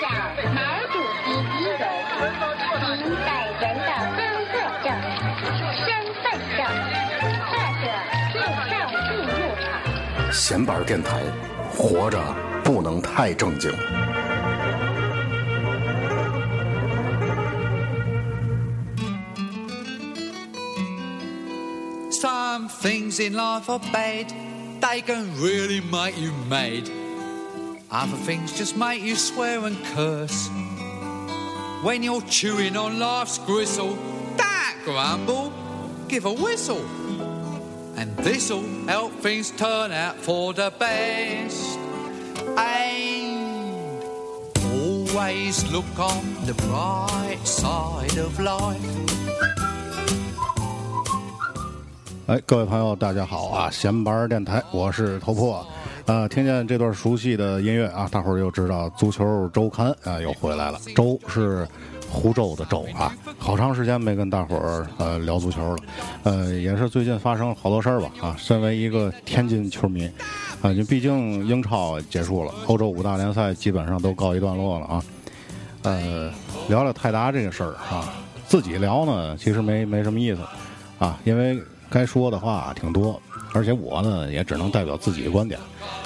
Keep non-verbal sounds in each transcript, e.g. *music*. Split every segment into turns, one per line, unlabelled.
家长、毛主席遗容，您本人的工作证、身份证，或者护照进入场。
闲板电台，活着不能太正经。
Some things in life are bad, they can really make you mad. Other things just make you swear and curse. When you're chewing on life's gristle, that grumble, give a whistle. And this'll help things turn out for the best. And always look on the bright side of life.
哎，各位朋友，大家好啊！闲玩儿电台，我是头破。呃，听见这段熟悉的音乐啊，大伙儿就知道足球周刊啊又回来了。周是湖州的周啊，好长时间没跟大伙儿呃聊足球了，呃，也是最近发生了好多事儿吧啊。身为一个天津球迷啊，就毕竟英超结束了，欧洲五大联赛基本上都告一段落了啊。呃，聊聊泰达这个事儿啊，自己聊呢，其实没没什么意思啊，因为该说的话挺多，而且我呢也只能代表自己的观点，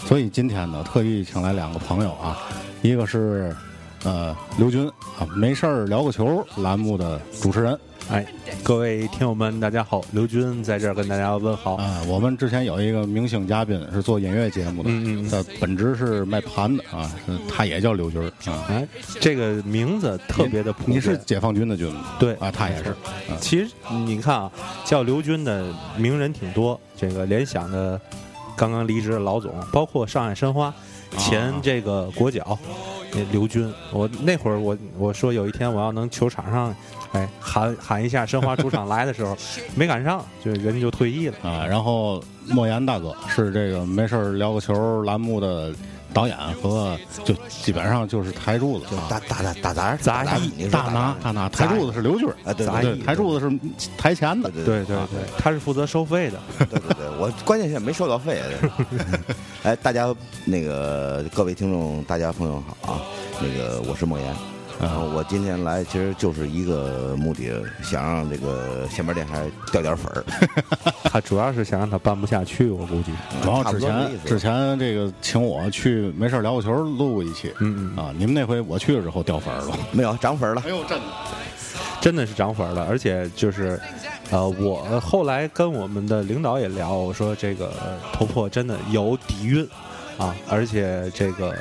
所以今天呢特意请来两个朋友啊，一个是呃刘军啊，没事儿聊个球栏目的主持人
哎，各位听友们，大家好，刘军在这儿跟大家问好。
啊，我们之前有一个明星嘉宾是做音乐节目的，
嗯嗯
他本职是卖盘的啊，呃他也叫刘军儿啊，
哎，这个名字特别的普遍。
你是解放军的军吗？
对
啊，他也是，啊
其实你看啊，叫刘军的名人挺多，这个联想的刚刚离职的老总，包括上海申花前这个国脚。那刘军，我那会儿我我说有一天我要能球场上，哎喊喊一下申花主场来的时候，没赶上，就人就退役了。
啊，然后莫言大哥是这个没事儿聊个球栏目的导演和就基本上就是台柱子啊，
大大大大杂
杂
杂
役
你说
大拿大拿台柱子是刘军儿
啊对
对
对
台柱子是台前的
对对
对对对，他是负责收费的。
*laughs* 对对对，我关键是没收到费。对 *laughs* 哎，大家那个各位听众，大家朋友好啊，那个我是莫言。然后我今天来其实就是一个目的，想让这个闲边电台掉点粉儿。 *laughs*
他主要是想让他办不下去，我估计。
然后
差
之
不多这意
前
思
之前这个请我去没事儿聊个球录一期，
嗯嗯
啊，你们那回我去了之后掉粉儿了，
没有涨粉儿了，
哎呦真的，
真的是涨粉儿了，而且就是，呃，我后来跟我们的领导也聊，我说这个呃头破真的有底蕴啊，而且这个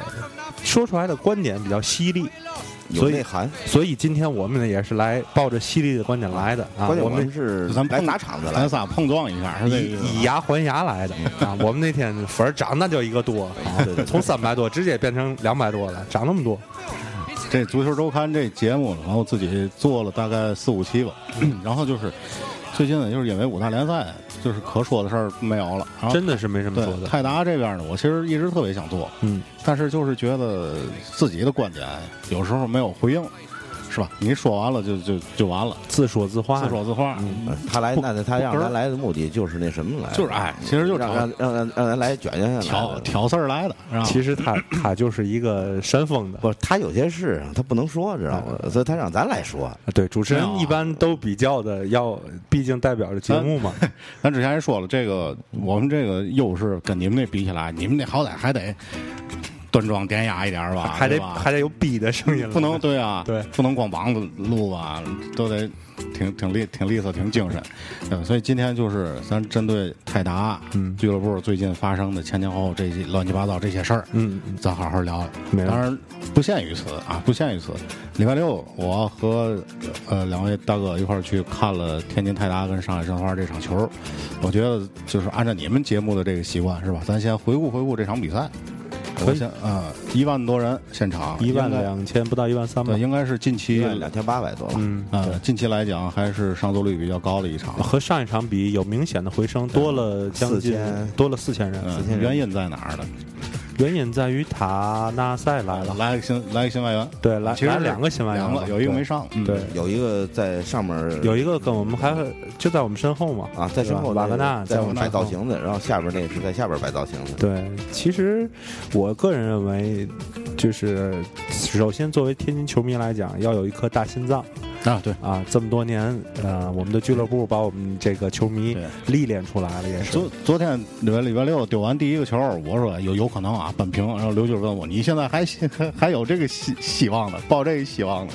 说出来的观点比较犀利，
有
所
内
以
涵。
所以今天我们呢也是来抱着犀利的观点来的啊，
关键
我
我
们
们是
咱
来
碰
砸场子来
咱，仨碰撞一下，是这
以
个嗯
以牙还牙来的啊，我们那天粉儿涨那叫一
*laughs*
个多啊
对对对，
从三百多直接变成两百多了，涨那么多，
这足球周刊这节目，然后自己做了大概四五期吧，
嗯
*clears throat* 然后就是最近呢，就是因为五大联赛，就是可说的事儿没有了。然后
真的是没什么说
对
的，
泰达这边呢，我其实一直特别想做，
嗯，
但是就是觉得自己的观点有时候没有回应，是吧？你说完了就就就完了，
自说自话，哎
自说自话，
嗯他来那他让咱来的目的就是那什么来，
就是哎，其实就
让
挑
让让让让咱来卷卷下来
挑
的。
挑事儿来的，是吧？
其
*coughs*
实他他就是一个煽风的。
不是他有些事啊他不能说，知道吗？
哎
所以他让咱来说。
对，主持
没有
人
啊
一般都比较的要，毕竟代表着节目嘛。
咱之前也说了，这个我们这个优势跟你们那比起来，你们那好歹还得端庄典雅一点儿吧，
还
对
得
吧
还得有逼的声音了，
不能对啊，
对
不能光膀子录吧，都得挺挺利挺利索，挺精神。嗯，所以今天就是咱针对泰达
嗯
俱乐部最近发生的前前后后这些乱七八糟这些事儿，
嗯，嗯
咱好好聊聊。
没问题
当然不限于此啊，不限于此。礼拜六我和呃两位大哥一块儿去看了天津泰达跟上海申花这场球，我觉得就是按照你们节目的这个习惯是吧？咱先回顾回顾这场比赛。我现啊一万多人现场，
一万
应该
两千不到一万三吧
对，。应该是近期
两千八百多吧。
嗯，
啊，近期来讲还是上座率比较高的一场。
和上一场比有明显的回升，多了将近
4000
多了四千人。
嗯，原因在哪儿呢？
原因在于塔纳塞来了，
来个新来个新外援，
对来
其实
来
是
两个新外援
两个
了
有一个
对
没上，嗯
对，
有一个在上面
有一个跟我们还就在我们身后嘛
啊，在身后
瓦格纳
在
在我们
摆
身
造
后。
型的，然后下边那是在下边摆造型的。
对，其实我个人认为，就是首先作为天津球迷来讲，要有一颗大心脏
啊，对，
啊！这么多年，呃，我们的俱乐部把我们这个球迷
对
历练出来了，也是
昨昨天礼拜礼拜六丢完第一个球，我说有有可能啊扳平，然后刘军问我你现在还 *laughs* 信还还有这个希希望的，抱这个希望的，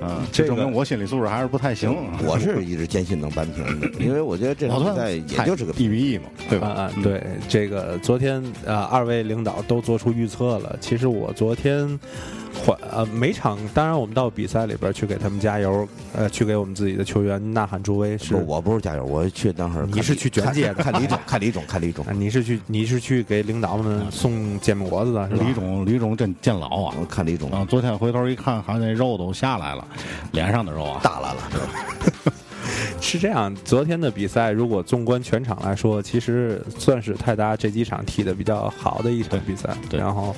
嗯，
这个
证明我心理素质还是不太行。啊
我是一直坚信能扳平的，因为我觉得这场
老
比赛
段
也就是个
一比一嘛，对
啊
吧？
啊！对，
嗯
这个昨天呃，二位领导都做出预测了。其实我昨天。缓呃，每场当然我们到比赛里边去给他们加油，呃，去给我们自己的球员呐喊助威是
不，我不是加油，我是去当时
你是去卷姐的
看看李总，看李总，看李总
啊，。你是去你是去给领导们送煎饼果子的是吧？
嗯李总李总真见老啊
我，看李总
啊，昨天回头一看，还那肉都下来了，脸上的肉啊，
大了了，
是这样，昨天的比赛如果纵观全场来说，其实算是泰达这几场踢的比较好的一场比赛。
对对
然后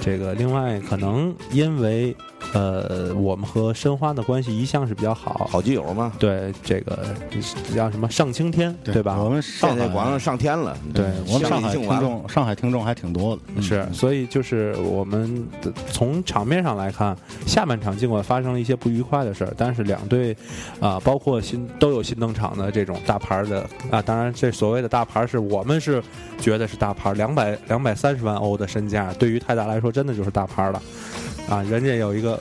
这个另外可能因为呃我们和申花的关系一向是比较好，
好基友嘛，
对这个叫什么上青天对哦吧？
我们上
现
海
在广上上天了，
对
我们上海
相信
听
完了
众上海听众还挺多的，嗯
是，所以就是我们的从场面上来看，下半场尽管发生了一些不愉快的事儿，但是两队啊、包括新都有新登场的这种大牌儿的啊、当然这所谓的大牌儿是我们是觉得是大牌儿，两百两百三十万欧的身价，对于泰达来说真的就是大牌儿了啊，人家有一个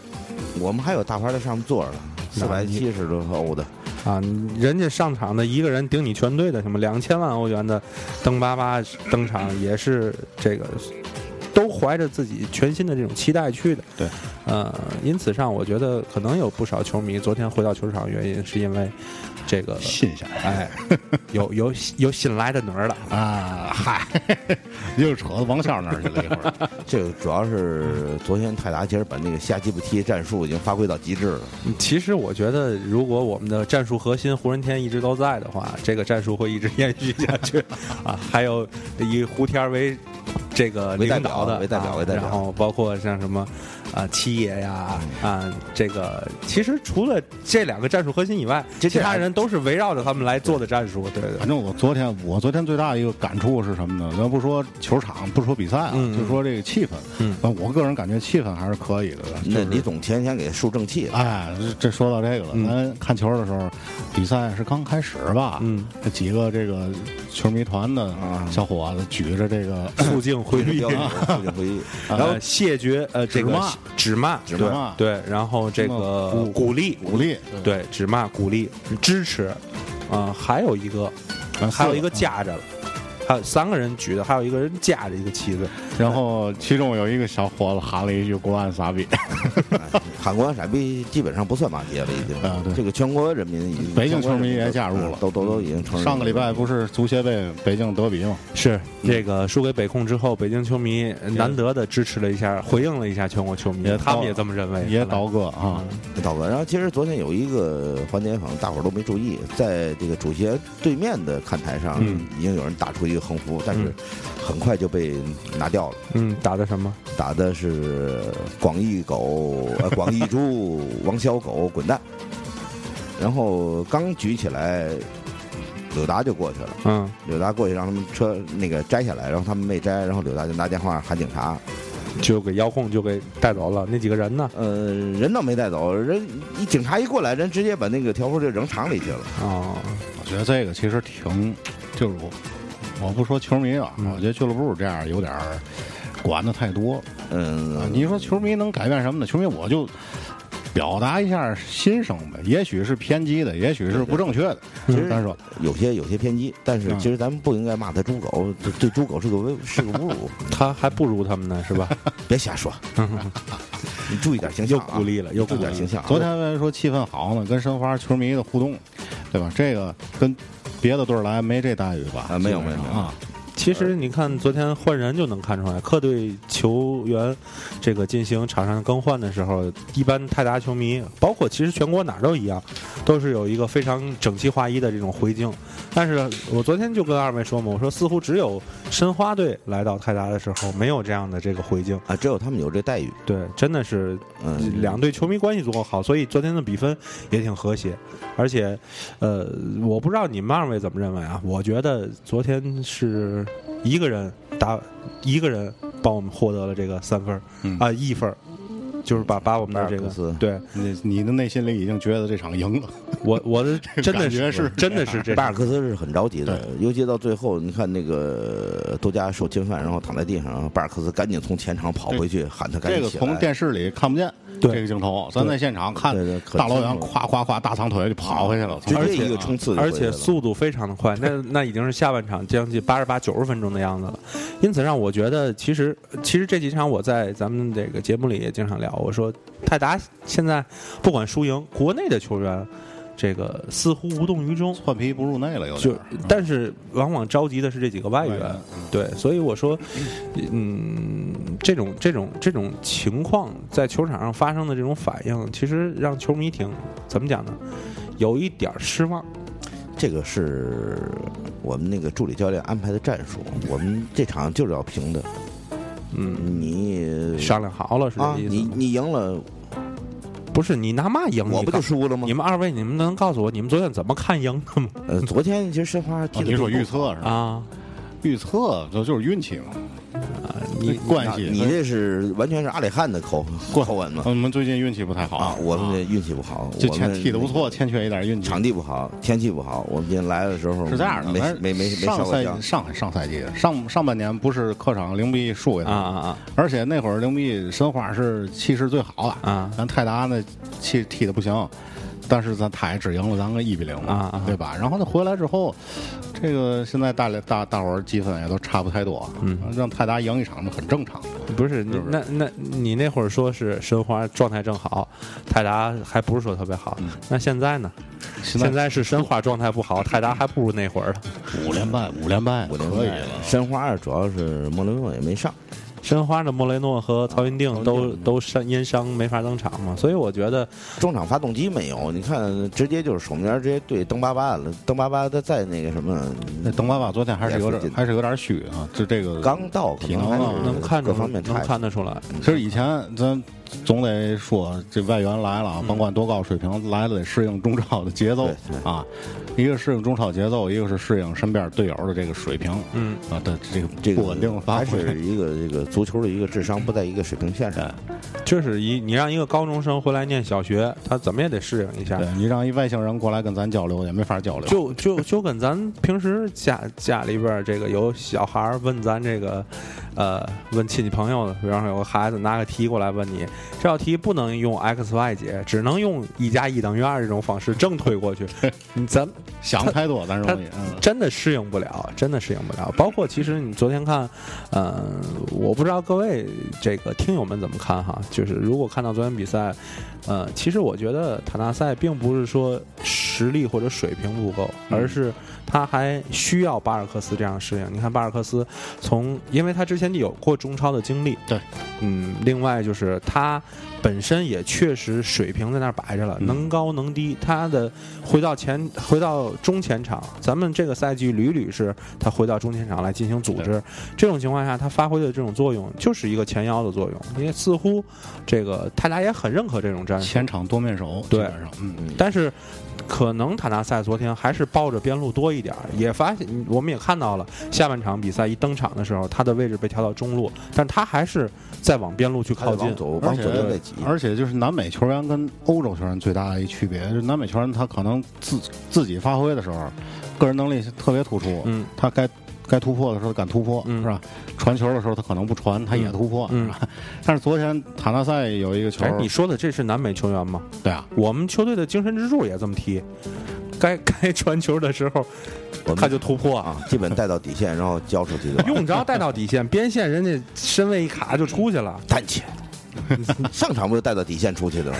我们还有大牌在上面坐着呢，四
那
百
你
七十多欧的，
啊，人家上场的一个人顶你全队的什么两千万欧元的登巴巴登场，也是这个都怀着自己全新的这种期待去的。
对，
呃，因此上我觉得可能有不少球迷昨天回到球场，原因是因为这个
信下
哎，有有有新来的女儿了。
啊，嗨， *laughs* 又扯到王笑那儿去了一会儿。
这个主要是昨天泰达其实把那个下鸡巴踢战术已经发挥到极致了，
嗯其实我觉得，如果我们的战术核心胡人天一直都在的话，这个战术会一直延续下去啊。还有以胡天为这个
为代
领导
表
的
为代表
啊
为代表
然后包括像什么啊七爷呀啊，这个其实除了这两个战术核心以外，
这
其他人都是围绕着他们来做的战术。对对
反正我昨天，我昨天最大的一个感触是什么呢？咱不说球场，不说比赛啊，
嗯
就说这个气氛。
嗯
呃，我个人感觉气氛还是可以的。
那李总前天给树正气了，
哎，这这说到这个了，
嗯
咱看球的时候，比赛是刚开始吧？
嗯，
这几个这个球迷团的
啊
小伙子举着这个
嗯
对，肃静回
*laughs*
避。
标准
啊
促进回忆，
然后谢绝呃这个指骂
指
对
骂
对，然后这个
鼓
鼓励
鼓励，
对，只骂鼓励支持，啊、还有一个，呃
啊
还有一个
四个
架着了，还有三个人举的，还有一个人架着一个旗子，
然后其中有一个小伙子喊了一句“国安傻逼
哎喊国安傻逼基本上不算骂街了，已经。
啊对
这个全国人民已经，
北京
全国
球迷
人民
也加入了嗯
都都都已经承”。认。
上个礼拜不是足协杯北京德比吗？
是
嗯
这个输给北控之后，北京球迷难得的支持了一下，回应了一下全国球迷
也，
他
倒
们也这么认为，
也
看来嗯
倒戈啊，
道哥，然后其实昨天有一个环节，可能大伙儿都没注意，在这个主席对面的看台上，
嗯
已经有人打出一个横幅，
嗯
但是很快就被拿掉了，
嗯，打的什么？
打的是广义狗、呃、广义猪、王小狗滚蛋。然后刚举起来，柳达就过去了。
嗯，
柳达过去让他们车那个摘下来，然后他们没摘，然后柳达就拿电话喊警察。
就给遥控就给带走了，那几个人呢？
呃，人倒没带走，人一警察一过来，人直接把那个条幅就扔厂里去了。
啊
哦，
我觉得这个其实挺，就是我我不说球迷啊，
嗯
我觉得俱乐部这样有点儿管的太多了、
啊
嗯，
啊你说球迷能改变什么呢？球迷我就表达一下心声呗，也许是偏激的，也许是不正确的。
对对对
咱说，
有些有些偏激，但是
啊
嗯
其实咱们不应该骂他猪狗，对对猪狗是个威是个侮辱，
他还不如他们呢，是吧？
别瞎
*laughs*
说，你注意点形象、
又
啊，
鼓励了，又
又
鼓
注意
励
点形象、啊。
昨天为什么说气氛好呢，跟申花球迷的互动，对吧？这个跟别的队儿来没这待遇吧？
啊没有
基本上
没有没有
啊，
其实你看，昨天换人就能看出来，客队球球员这个进行场上更换的时候，一般泰达球迷，包括其实全国哪儿都一样，都是有一个非常整齐划一的这种回敬。但是我昨天就跟二位说嘛，我说似乎只有申花队来到泰达的时候，没有这样的这个回敬。
啊，只有他们有这待遇。
对，真的是
嗯，
两队球迷关系足够好，所以昨天的比分也挺和谐。而且，呃，我不知道你们二位怎么认为啊？我觉得昨天是一个人打一个人帮我们获得了这个三分儿啊、
嗯
一分儿，就是把把我们的这
马尔库
个
斯
对
你你的内心里已经觉得这场赢了，
我我
*laughs*
的真的
感觉是
真的是这
啊巴尔克斯是很着急的，尤其到最后，你看那个多加受侵犯，然后躺在地上，然后巴尔克斯赶紧从前场跑回去喊他赶
这
紧
个
起
从
来。
电视里看不见
对
这个镜头，咱在现场看
对对可
大老
清
远
楚了
夸夸夸大长腿就跑回去了，
直
而
接
且
一个冲刺就回
而
去了，
且速度非常的快，那那已经是下半场将近八十八九十分钟的样子了。因此让我觉得，其实其实这几场我在咱们这个节目里也经常聊，我说泰达现在不管输赢，国内的球员这个似乎无动于衷。
换皮不入内了，有点
就
儿。，
但是往往着急的是这几个外援
外援，
对，所以我说，嗯，这种这种这种情况在球场上发生的这种反应，其实让球迷挺怎么讲呢？有一点儿失望，
这个是我们那个助理教练安排的战术，我们这场就是要平的。
嗯，
你
商量好了是
啊，
这意思
你
吗？
你赢了，
不是你拿嘛赢？
我
你
不
告
就输了吗
你？们二位，你们能告诉我你们昨天怎么看赢的
*laughs*
吗？
呃，昨天其实申花踢
哦
的、
你说预，测是吧？
啊，
预测就就是运气嘛，
你
关系。
啊
嗯
你这是完全是阿里汉的口口吻嘛？
我们最近运气不太好
啊，我们这运气不好，
这
我
欠
们
踢的不错，欠缺一点运气。
场地不好，天气不好。我们今天来的时候
是这样的，
没
咱
没没没
上
过
赛
香
季。上上赛季上上半年不是客场零比一输给
啊
他们，
啊
而且那会儿零比一申花是气势最好
啊
的，
啊！
咱泰达呢气踢的不行，但是咱泰只赢了咱个一比零
啊啊
嘛，对吧？然后他回来之后，这个现在大大大伙儿积分也都差不太多，
嗯，
让泰达赢一场就很正常。
不是你
是不是
那那你那会儿说是申花状态正好，泰达还不是说特别好。
嗯
那现在呢？
现
现在是申花状态不好，泰达还不如那会儿呢。
五连败，五连败
我
可以了。
申花啊主要是莫雷诺也没上，
申花的莫雷诺和曹云定都都伤因伤没法登场嘛，所以我觉得
中场发动机没有。你看，直接就是守门员直接对登巴巴了。登巴巴他再那个什么，
那邓巴巴昨天还是有
也附
点，
近
还是有点虚啊，就这个
刚到可
体
能
能
还
啊
是
能看出
呃各方面
能
差。
看得出来。
其实以前咱总得说，这外援来了，啊甭管多高水平，来了得适应中超的节奏
嗯对
啊。一个适应中超节奏，一个是适应身边队友的这个水平
嗯，
啊的这个
这个
不稳定发
还
挥。哎
是一个这个足球的一个智商不在一个水平线上。
就是一你让一个高中生回来念小学，他怎么也得适应一下。
对你让一外星人过来跟咱交流，也没法交流。
就就就跟咱平时家家里边儿这个有小孩儿问咱这个，呃，问亲戚朋友的，比方说有个孩子拿个题过来问你，这道题不能用 x y 解，只能用一加一等于二这种方式正推过去，你咱
想太多，咱容易。嗯，
真的适应不了，真的适应不了。包括其实你昨天看，嗯、我不知道各位这个听友们怎么看哈，就是如果看到昨天比赛，呃，其实我觉得塔纳赛并不是说实力或者水平不够，而是他还需要巴尔克斯这样适应。你看巴尔克斯从，因为他之前就有过中超的经历，
对，
嗯，另外就是他本身也确实水平在那儿摆着了，
嗯
能高能低。他的回到前，回到中前场，咱们这个赛季屡屡是他回到中前场来进行组织。这种情况下，他发挥的这种作用就是一个前腰的作用，因为似乎这个泰达也很认可这种
嗯
战术。
前场多面手，
对
基本上，嗯，
但是可能塔纳赛昨天还是抱着边路多一点儿，也发现我们也看到了下半场比赛一登场的时候，他的位置被调到中路，但他还是在往边路去
他
靠
得往
近。
左
而
往
且
左右再挤，
而且就是南美球员跟欧洲球员最大的一区别，就是南美球员他可能自自己发挥的时候，个人能力特别突出，
嗯
他该该突破的时候敢突破，
嗯
是吧？传球的时候他可能不传，他也突破，
嗯
是吧？ *laughs* 但是昨天塔纳赛有一个球，
哎，你说的这是南美球员吗？
对啊，
我们球队的精神支柱也这么踢，该 *laughs* 该传球的时候
我们
他就突破，
啊，基本带到底线，然后交出去就完了嗯
用不着带到底线，边线人家身位一卡就出去了。
单切， *laughs* 上场不就带到底线出去的吗？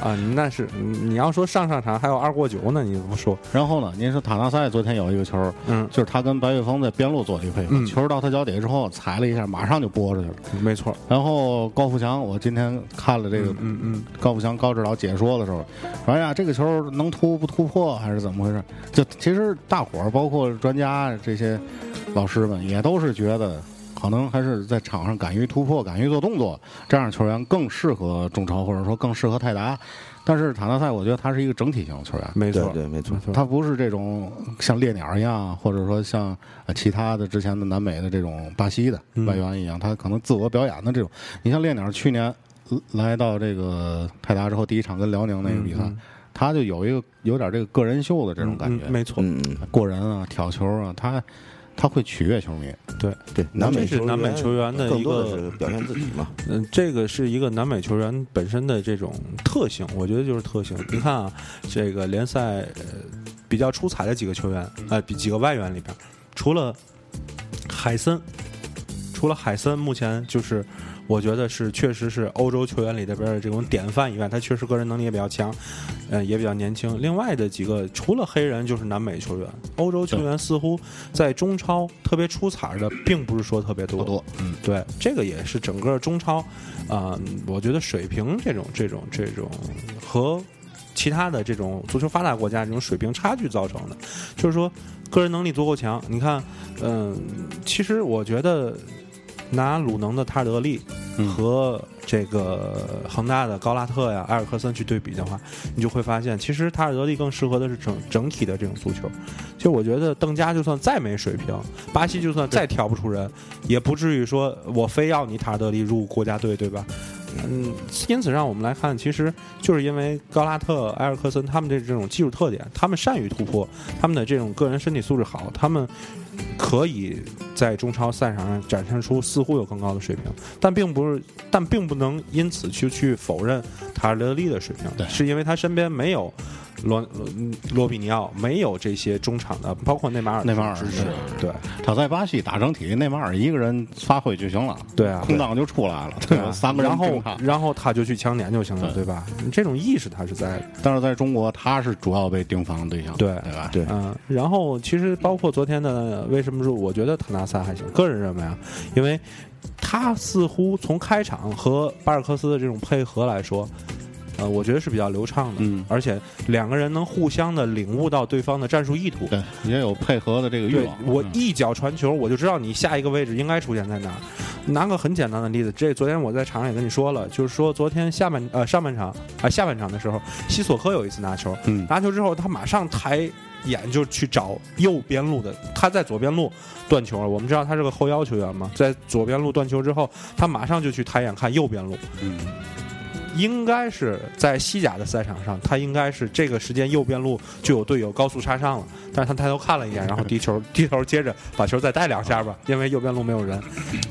啊，那是你你要说上上场还有二过九呢，你不说，
然后呢，您说塔纳塞昨天有一个球，
嗯
就是他跟白岳峰在边路做了一个配合，
嗯
球到他脚底下之后踩了一下，马上就拨出去了。
没错，
然后高富强，我今天看了这个，
嗯嗯
高富强高指导解说的时候，说哎呀，这个球能突不突破还是怎么回事？就其实大伙儿包括专家这些老师们也都是觉得，可能还是在场上敢于突破、敢于做动作，这样球员更适合中超或者说更适合泰达。但是塔纳塞，我觉得他是一个整体型的球员，
没
对
错，
对，没错
没。错，
他不是这种像猎鸟一样，或者说像呃其他的之前的南美的这种巴西的
嗯
外援一样，他可能自我表演的这种。你像猎鸟去年呃来到这个泰达之后，第一场跟辽宁那个比赛，他就有一个有点这个个人秀的这种感觉，
嗯没错，
嗯，嗯
过人啊、挑球啊，他他会取悦球迷。
对，
对，南美
这是
球
南美球员的
更
一
多的
个
是表现自己嘛。
嗯，这个是一个南美球员本身的这种特性，我觉得就是特性。你看啊，这个联赛呃比较出彩的几个球员，呃，比几个外援里边，除了海森，除了海森，目前就是我觉得是确实是欧洲球员里边的这种典范以外，他确实个人能力也比较强，嗯、也比较年轻。另外的几个，除了黑人就是南美球员，欧洲球员似乎在中超特别出彩的，并不是说特别
不多，嗯，
对，这个也是整个中超，啊、我觉得水平这种这种这种和其他的这种足球发达国家这种水平差距造成的，就是说个人能力足够强。你看，嗯、其实我觉得拿鲁能的塔尔德利
嗯
和这个恒大的高拉特呀、埃尔克森去对比的话，你就会发现，其实塔尔德利更适合的是整整体的这种足球。其实我觉得邓加就算再没水平，巴西就算再挑不出人，也不至于说我非要你塔尔德利入国家队，对吧？嗯，因此让我们来看，其实就是因为高拉特、埃尔克森他们的这种技术特点，他们善于突破，他们的这种个人身体素质好，他们可以在中超赛场上展现出似乎有更高的水平，但并不是，但并不能因此去去否认塔尔德利的水
对
平，是因为他身边没有罗罗罗比尼奥，没有这些中场的，包括内马尔
内马尔
支持
是，
对
他在巴西打整体，内马尔一个人发挥就行了，
对啊，
空档就出来了，
对啊，
三个人
然
盯
后
他嗯
然后他就去抢点就行了，
对
对吧？这种意识他是在的。
但是在中国，他是主要被盯防的对象，
对
哎对吧？
对
嗯，然后其实包括昨天的，为什么说我觉得塔纳萨还行？个人认为啊，因为他似乎从开场和巴尔克斯的这种配合来说，呃，我觉得是比较流畅的，
嗯
而且两个人能互相的领悟到对方的战术意图。
对，也有配合的这个欲
对
望。
我
嗯
一脚传球，我就知道你下一个位置应该出现在哪儿。拿个很简单的例子，这昨天我在场上也跟你说了，就是说昨天下半呃上半场啊、呃下半场的时候，西索科有一次拿球，
嗯
拿球之后他马上抬眼就去找右边路的，他在左边路断球了。我们知道他是个后腰球员嘛，在左边路断球之后，他马上就去抬眼看右边路，
嗯，
应该是在西甲的赛场上，他应该是这个时间右边路就有队友高速插上了，但是他抬头看了一
嗯
眼，然后低球 *laughs* 低头接着把球再带两下吧，因为右边路没有人。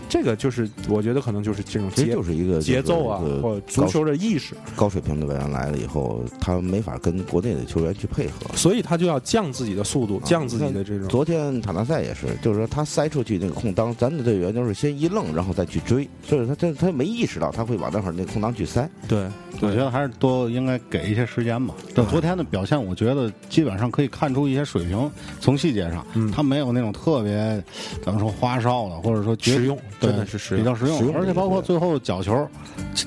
这个就是我觉得可能就是这种
其实
节
就是一个
节奏啊
就是一，个
或者足球的意识，
高水平的外援来了以后，他没法跟国内的球员去配合。
所以他就要降自己的速度，
啊
降自己的这种。
昨天塔纳赛也是，就是说他塞出去那个空当，咱的队员都是先一愣，然后再去追，所以他他他没意识到他会往那会儿那空当去塞。
对，
我觉得还是多应该给一些时间吧。这昨天的表现，我觉得基本上可以看出一些水平。从细节上，
嗯
他没有那种特别咱们说花哨的，或者说绝
实用
对
真的是实
比
用。
较实用
实用
而且包括最后角球，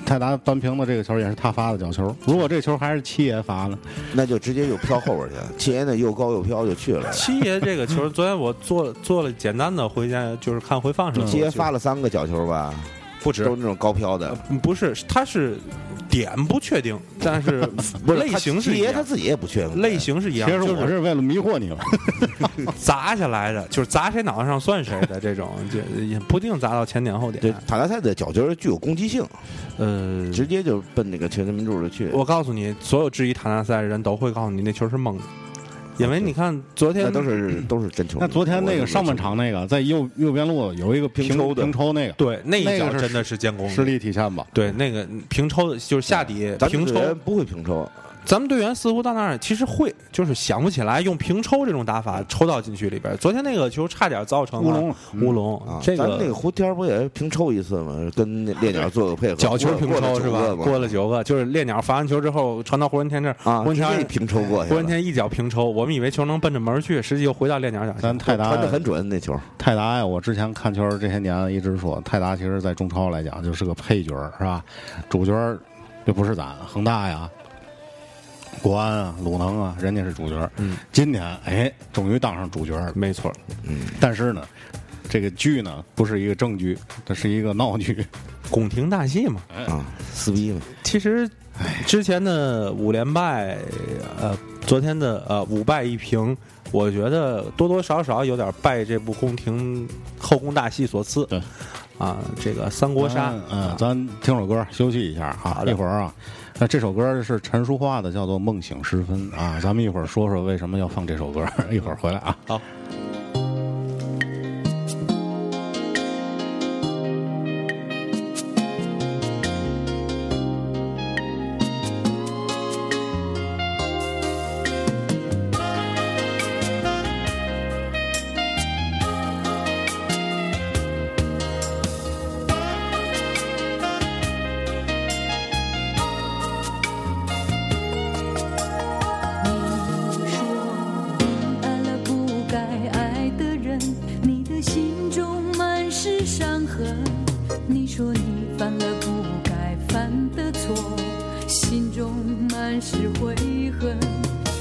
泰达扳平的这个球也是他发的角球。如果这球还是七爷发呢？
那就直接又飘后边去了，七爷呢又高又飘就去了。
七爷这个球，昨天我做做了简单的回家，就是看回放什么的。
七
嗯
爷
我记得
发了三个角球吧，
不止
都是，那种高飘的
呃。不是，他是点不确
*laughs*
定，但是
不是
类型
他
是
七
一
爷他
样，
自己也不确定
类型是一
其
样，
实
就
我
是
是为了迷惑你们。
砸下来的，就是砸谁脑袋上算谁的这种，就也不一定砸到前点啊后
对
点。
塔纳赛的角球具有攻击性，
呃，
直接就奔那个全身民主就去。
我告诉你，所有质疑塔纳赛的人都会告诉你，那球是蒙的，因为你看昨
那
天
都是都是真球
*laughs*
迷。
那昨天那
我
个上半场那个在右右边路有一个平
平抽的
平抽那个，
对那
那个
一脚
是
真的是建功的
实力体现吧。
对那个平抽的，就是下底
咱
平
们队
抽
员不会平抽，啊
咱们队员似乎到那儿其实会，就是想不起来用平抽这种打法抽到禁区里边。昨天那个球差点造成了
乌龙了
乌龙
啊，
这
咱们那个
个
胡天儿不也平抽一次吗？跟那猎鸟做个配合，
角球
过
平
过了
抽是
九
吧？
个嘛
过了九个，就是猎鸟罚完球之后传到胡人天这儿，
啊，
胡人
直接
天
一平抽过去
胡
了，
人天一脚平抽，我们以为球能奔着门儿去，实际又回到猎鸟脚下
咱。泰达
传的很准那球。
泰达呀，我之前看球这些年一直说，泰达其实在中超来讲就是个配角儿，是吧？主角儿就不是咱恒大呀、国安啊、鲁能啊，人家是主角儿。
嗯
今天哎，终于当上主角儿了。
没错，
但是呢，这个剧呢不是一个正剧，它是一个闹
*laughs*
剧。
宫廷大戏嘛。
啊，撕逼嘛，
其实哎之前的五连败，呃，昨天的呃五败一平，我觉得多多少少有点拜这部宫廷后宫大戏所赐。
对，
啊，这个三国杀，
嗯、
啊
咱听首歌休息一下啊
好，的
一会儿啊。那这首歌是陈淑桦的，叫做《梦醒时分》啊。咱们一会儿说说为什么要放这首歌，一会儿 *laughs* 回来啊。
好。
你说，爱了不该爱的人，你的心中满是伤痕。你说你犯了不该犯的错，心中满是悔恨。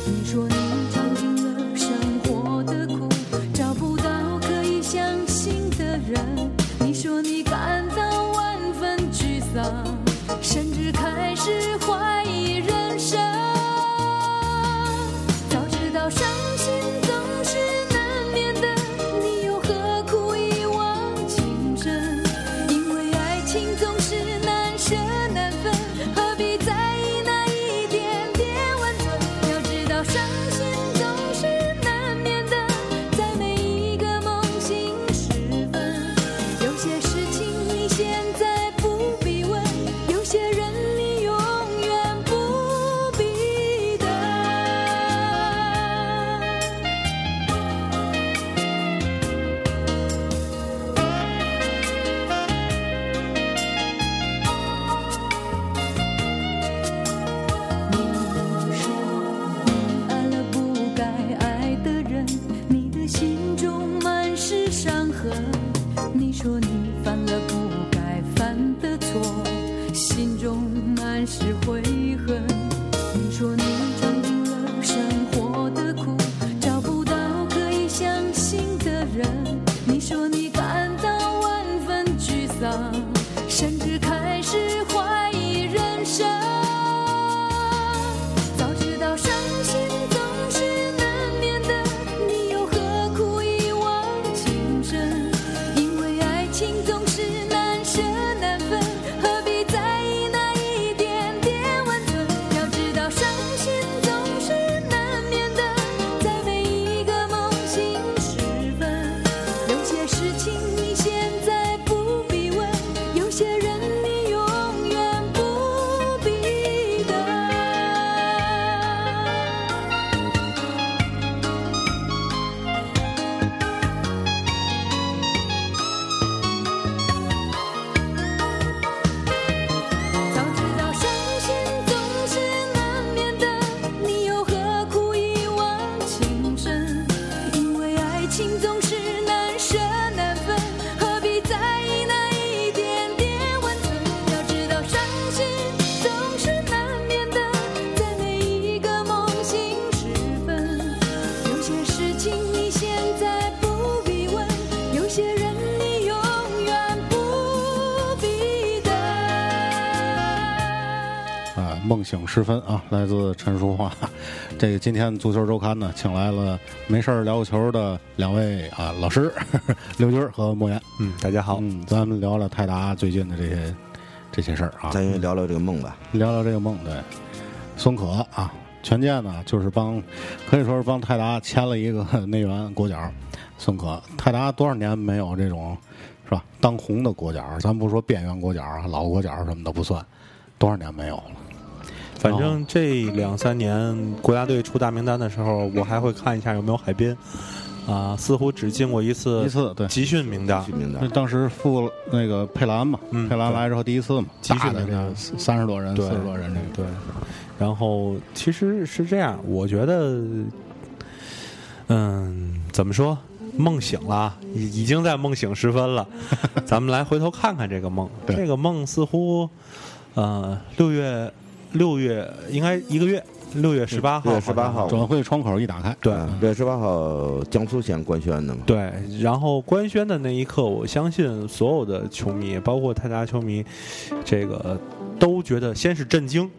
你说你尝尽了生活的苦，找不到可以相信的人。你说你感到万分沮丧，甚至开始怀疑人生。早知道伤心总是难免的，你又何苦一往情深？因为爱情总是难舍难分，何必在意那一点点温存？要知道伤心总是难免的，在每一个梦醒时分，有些事情你现在不必问，有些人你永远不必等。你说，爱了不该爱的人，你的心中满是伤痕。你说你犯了不该犯的错，心中满是悔恨。你说你尝尽了生活的苦，找不到可以相信的人。你说你感到万分沮丧，甚至开始怀疑人生。早知道伤心总是难免的，你又何苦一往情深？因为爱情总是难舍难分，何必在意那一点点温存？要知道伤心总是难免的，在每一个梦醒时分，有些事情你现在不必问，有些人你永远不必等。早知道伤心总是难免的，你又何苦一往情深？因为爱情总是难舍难分，何必在意那一点点温存？要知道伤心总是难免的，在每一个梦醒时分，有些事情你现在不必问，有些人你永远不必等。
啊，梦醒时分啊，来自陈淑桦。这个今天足球周刊呢，请来了没事儿聊球的两位啊老师，刘军儿和莫言。
嗯，大家好，
嗯，咱们聊聊泰达最近的这些这些事儿啊，
咱先聊聊这个梦吧。
聊聊这个梦。对，孙可啊，权健呢，就是帮可以说是帮泰达签了一个 *laughs* 内援国脚孙可。泰达多少年没有这种是吧当红的国脚？咱不说边缘国脚啊、老国脚什么的不算，多少年没有了。
反正这两三年国家队出大名单的时候，我还会看一下有没有海滨。啊、似乎只进过一次
一次对
集训名单，
去名
那
单，
当时赴那个佩兰嘛，
嗯
佩兰来之后第一次嘛，
集训
大的
的
这
那
个三十多人、
对
四十多人这个，
对。然后其实是这样，我觉得，嗯，怎么说，梦醒了啊，已已经在梦醒时分了。咱们来回头看看这个梦，
对
这个梦似乎，呃，六月六月应该一个月，六月十八号，
六月18号
转会窗口一打开，
对。
嗯六月十八号江苏先官宣的嘛，
对，然后官宣的那一刻，我相信所有的球迷，包括泰达球迷，这个都觉得先是震惊，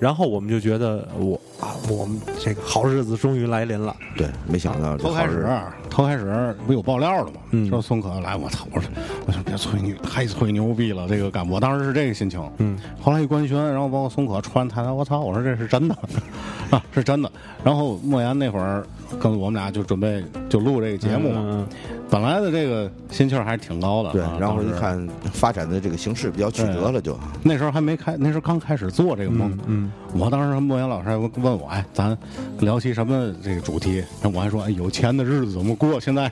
然后我们就觉得我啊，我们这个好日子终于来临了。
对，没想
啊
到这
头开
好日
始
子，
头开始不有爆料了吗？
嗯
说孙可来，我操！我说我说别吹牛，太吹牛逼了，这个感，我当时是这个心情。
嗯，
后来一官宣，然后包括孙可穿台，我操！我说这是真的 *laughs* 啊，是真的。然后莫言那会儿跟我们俩就准备就录这个节目嘛，
嗯嗯
本来的这个心气儿还是挺高的。
对
啊，
然后
当
一
时
看发展的这个形势比较曲折了，就啊
那时候还没开，那时候刚开始做这个梦。
嗯
我当时莫言老师还问我，哎，咱聊起什么这个主题？然后我还说，哎，有钱的日子怎么过？现在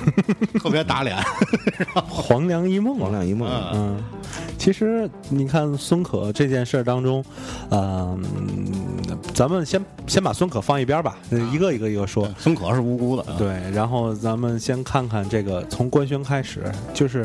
*laughs* 特别打
*laughs*
脸。
黄粱一梦
黄
了。
粱一梦，
嗯，其实你看孙可这件事儿当中，呃嗯，咱们先先把孙可放一边儿吧，一个一个一个说。
孙可是无辜的，啊
对，然后咱们先看看这个从官宣开始，就是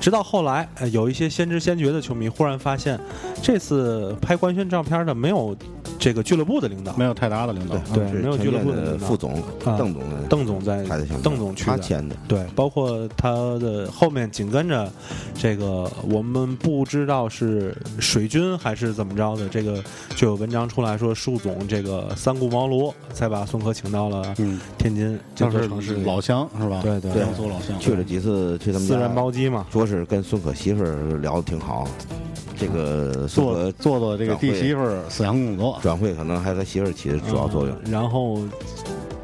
直到后来，呃有一些先知先觉的球迷忽然发现，这次拍官宣照片的没有这个俱乐部的领导
没，有泰达的领导。
对
啊他们
没有
是
俱乐
陈
部
建
的
的
领导
副总
啊
邓总的，
邓总在
他的想法
邓总去
他
的。
签的，
对，包括他的后面紧跟着，这个我们不知道是水军还是怎么着的，这个就有文章出来说，树总这个三顾茅庐才把孙可请到了
嗯，
天津这
就
座
是
城市里，
老乡是吧？
对对
江苏老乡。
去了几次去他们
私人
家，
包机嘛，
说是跟孙可媳妇儿聊的挺好，这
啊
个孙
做
可
做做这个弟媳妇儿思想工作，
转会可能还是他媳妇儿起的主要作用。
嗯然后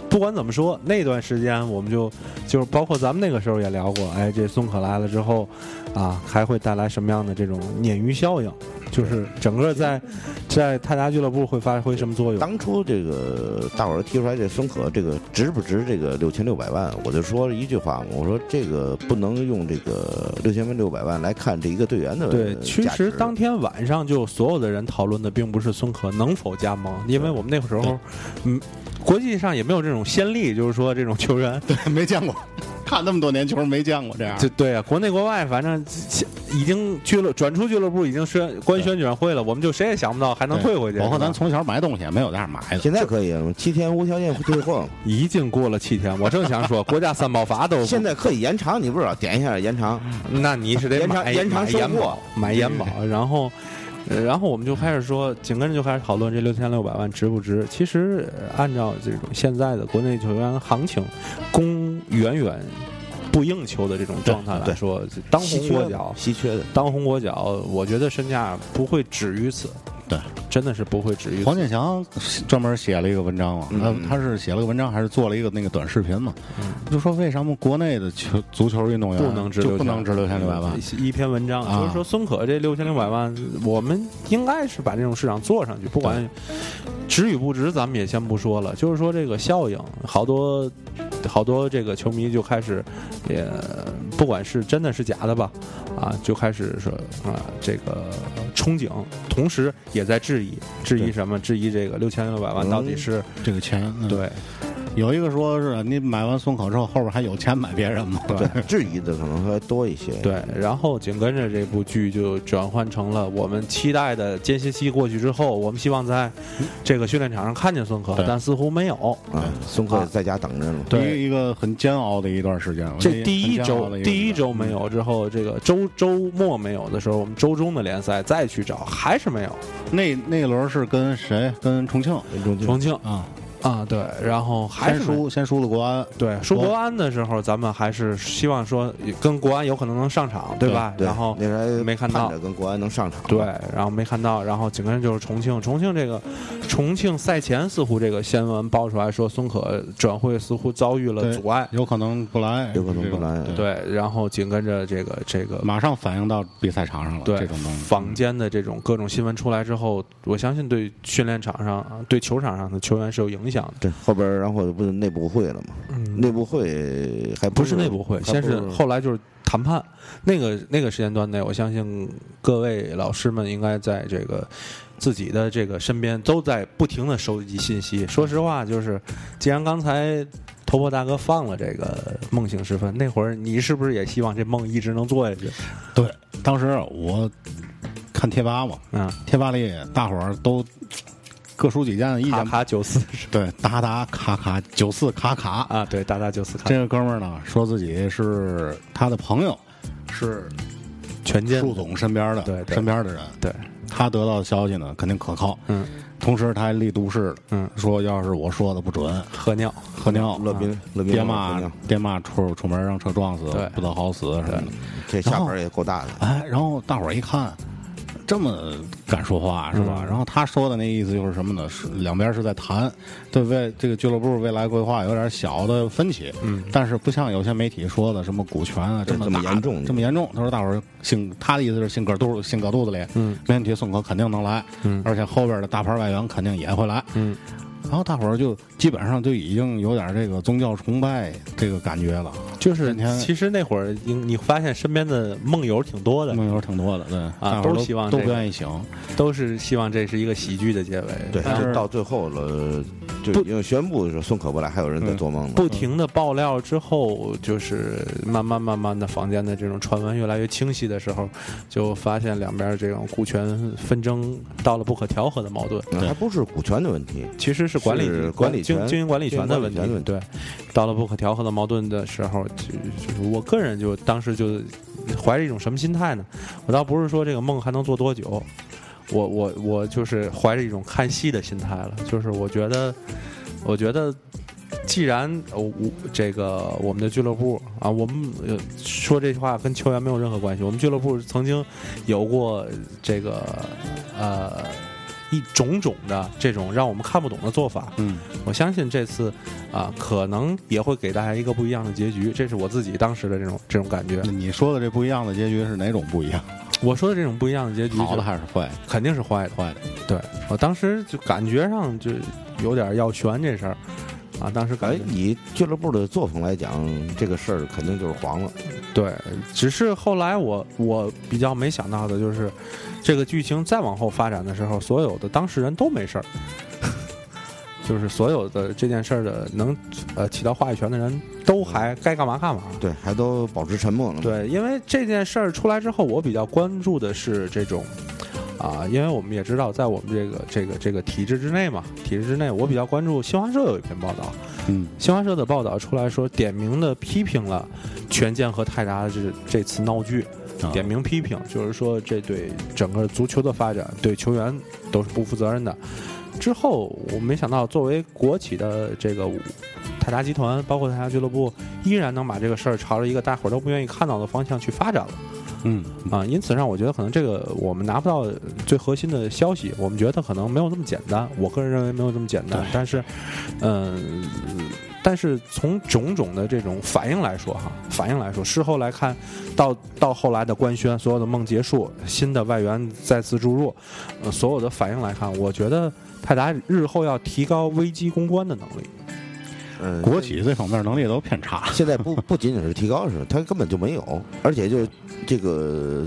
不管怎么说，那段时间我们就就是包括咱们那个时候也聊过，哎，这孙可来了之后啊，还会带来什么样的这种鲶鱼效应？就是整个在在泰达俱乐部会发挥什么作用？
当初这个大伙儿提出来这孙可这个值不值这个六千六百万，我就说了一句话嘛，我说这个不能用这个六千六百万来看这一个队员的
对，其
价值
实当天晚上就所有的人讨论的并不是孙可能否加盟，因为我们那个时候，嗯，国际上也没有这种先例，就是说这种球员
对， *laughs* 没见过，看那么多年球没见过这样。
这对啊，国内国外反正已经俱乐转出俱乐部已经宣官宣转会了，我们就谁也想不到还能退回去。
包括
是吧
咱从小买东西也没有这样买的。
现在可以了，七天无条件退货，
*laughs* 已经过了七天，我正想说国家三包法都
现在可以延长，你不知道点一下延长，
那你是得
延
买
长延长
买
收
延
货
保买延保，然后。呃然后我们就开始说，紧跟着就开始讨论这六千六百万值不值。其实呃按照这种现在的国内球员行情，供远远不应求的这种状态来
对
说，当红
稀缺
国
的
脚
稀缺的。
当红国脚，我觉得身价不会止于此。
对，啊
真的是不会止于
黄
此。
健翔专门写了一个文章嘛，
嗯
他他是写了个文章，还是做了一个那个短视频嘛，就说为什么国内的球足球运动员
嗯不能值
就
六
不
千
能值六千六百万？
一篇文章，
啊
就是说孙可这六千六百万，我们应该是把这种市场做上去，不管值与不值，咱们也先不说了。就是说这个效应，好多好多这个球迷就开始，也不管是真的是假的吧，啊，就开始说啊这个憧憬，同时也在质疑，质疑
对
什么？质疑这个六千六百万
嗯
到底是、
这个钱，嗯
对
有一个说是你买完孙口之后，后边还有钱买别人吗？
对。
质疑的可能还多一些，
对，然后紧跟着这部剧就转换成了我们期待的间歇期过去之后，我们希望在这个训练场上看见孙可
对，
但似乎没有。
啊，孙
啊
可在家等着呢。
一个，一个很煎熬的一段时间。我觉得
这第一
很煎熬
周
的个
第一
阶段
周没有之后，这个周周末没有的时候，我们周中的联赛再去找还是没有。
嗯那那一轮是跟谁？跟重庆
重庆
啊，
啊，对，然后还
先
是没有
输先输了国安，
对输国安的时候，咱们还是希望说跟国安有可能能上场，对吧？
对
然后
那时候还
没看到
盼着跟国安能上场，
对，然后没看到，然后紧跟着就是重庆，重庆这个重庆赛前似乎这个新闻爆出来说，孙可转会似乎遭遇了
对
阻碍。
有可能不来，
有可能不来
这种
对，然后紧跟着这个这个
马上反映到比赛场上了，
对
这种东西。
坊间的这种各种新闻出来之后，我相信对训练场上、对球场上的球员是有影响的。
对，后边儿然后不是内部会了吗？内部会还
嗯不
是
是内部会，
还
先
不
是后来就是谈判。那个那个时间段内，我相信各位老师们应该在这个自己的这个身边都在不停的收集信息。说实话，就是既然刚才头破大哥放了这个梦醒时分，那会儿你是不是也希望这梦一直能做下去？
对，当时我看贴吧嘛，
啊，
贴吧里大伙儿都各抒己见，意
卡
见
卡九四是
对，达达卡卡九四卡卡，
啊，对，达达九四卡
这个哥们儿呢说自己是他的朋友，是
全歼
树总身边的
对对
身边的人，
对，
他得到的消息呢肯定可靠，
嗯，
同时他还立都市了，
嗯
说要是我说的不准，
喝尿。
喝尿，啊
乐宾乐宾
爹
喝
妈
尿
爹妈出出门让车撞死
对，
不得好死啊什么的。
这下边儿也够大的，
哎，然后大伙儿一看，这么敢说话是吧？然后他说的那意思就是什么呢？是两边是在谈对未这个俱乐部未来规划有点小的分歧，嗯，但是不像有些媒体说的什么股权啊
对
么
这么
大
严重
这么严重。他说大伙儿性他的意思是性格肚性格肚子里，嗯，没问题，宋可肯定能来，嗯，而且后边的大牌外援肯定也会来，
嗯。
然后大伙儿就基本上就已经有点这个宗教崇拜这个感觉了，
就是
天天
其实那会儿你你发现身边的梦友挺多的，
嗯
梦游挺多的，对大伙儿
都希望
都
这
不
个
愿意醒，
都是希望这是一个喜剧的结尾。
对，
但
就是到最后了，就
不
因为宣布是孙可不来，还有人在做梦呢。
不停的爆料之后，就是慢慢慢慢的坊间的这种传闻越来越清晰的时候，就发现两边这种股权纷争到了不可调和的矛盾。
还不是股权的问题，
其实是管理
嗯是管理权
经经营管理权的问题
经营管理。权
对，到了不可调和的矛盾的时候，就就是我个人就当时就怀着一种什么心态呢？我倒不是说这个梦还能做多久，我我我就是怀着一种看戏的心态了，就是我觉得，我觉得。既然呃我这个我们的俱乐部啊，我们呃说这句话跟球员没有任何关系。我们俱乐部曾经有过这个呃一种种的这种让我们看不懂的做法。
嗯。
我相信这次啊、可能也会给大家一个不一样的结局，这是我自己当时的这种这种感觉
那。你说的这不一样的结局是哪种不一样？
我说的这种不一样的结
*laughs*
局，
好的还是坏的？
肯定是坏的。
坏的。
对我当时就感觉上就有点要悬这事儿啊，当时感
哎
觉，
以俱乐部的作风来讲，这个事儿肯定就是黄了。
对，只是后来我我比较没想到的就是，这个剧情再往后发展的时候，所有的当事人都没事儿， *laughs* 就是所有的这件事儿的能呃起到话语权的人都还该干嘛干嘛。
对，还都保持沉默呢。，
对，因为这件事儿出来之后，我比较关注的是这种。啊，因为我们也知道，在我们这个这个这个体制之内嘛，体制之内，我比较关注新华社有一篇报道，
嗯，
新华社的报道出来说，点名的批评了权健和泰达的这这次闹剧，
啊
点名批评，就是说这对整个足球的发展、对球员都是不负责任的。之后，我没想到作为国企的这个泰达集团，包括泰达俱乐部，依然能把这个事儿朝着一个大伙儿都不愿意看到的方向去发展了。
嗯，
啊，因此让我觉得可能这个我们拿不到最核心的消息，我们觉得可能没有这么简单。我个人认为没有这么简单，但是，嗯、但是从种种的这种反应来说，哈，反应来说，事后来看到到后来的官宣，所有的梦结束，新的外援再次注入，呃，所有的反应来看，我觉得泰达日后要提高危机公关的能力。
嗯，
国企这方面能力都偏差。 *laughs*
现在不不仅仅是提高是，他根本就没有，而且就是这个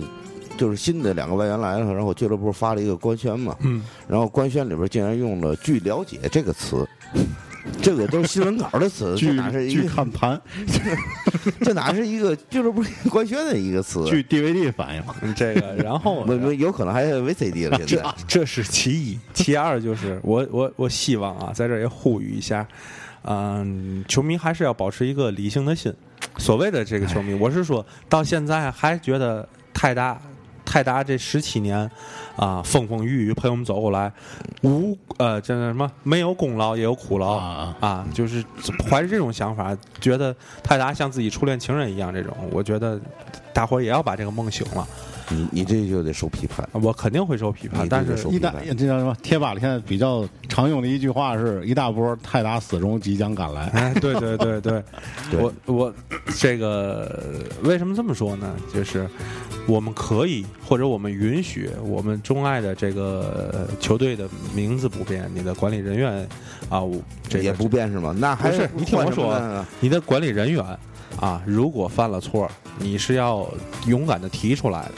就是新的两个外援来了，然后俱乐部发了一个官宣嘛，
嗯，
然后官宣里边竟然用了“据了解”这个词。这个都是新闻稿的词，
*laughs*
这
据
哪是一
据
个
看 *laughs* 盘，
这哪是一个俱乐部 *laughs* 官宣的一个词？
据 DVD 反映，
这
*laughs*
个， *laughs* 然后
没没有可能还 VCD 了，现
这
在
这 *laughs* 是啊其一，其二就是我我我希望啊，在这儿也呼吁一下，嗯、球迷还是要保持一个理性的心。所谓的这个球
哎
迷，我是说到现在还觉得泰达泰达这十七年啊，风风雨雨陪我们走过来，无呃这叫什么没有功劳也有苦劳
啊
啊，就是怀着这种想法，觉得泰达像自己初恋情人一样，这种我觉得大伙儿也要把这个梦醒了。
你你这就得受批判。
我肯定会受批判，
你这
但
个
是
手
一大这叫什么？贴吧里现在比较常用的一句话是：一大波泰达死忠即将赶来。
*laughs* 哎，对对对对，
对
我我这个为什么这么说呢？就是我们可以或者我们允许我们钟爱的这个呃球队的名字不变，你的管理人员啊，我这个
也不变是吗？那还
不是你听我
换什么
说啊
呢，
你的管理人员啊，如果犯了错，你是要勇敢的提出来的，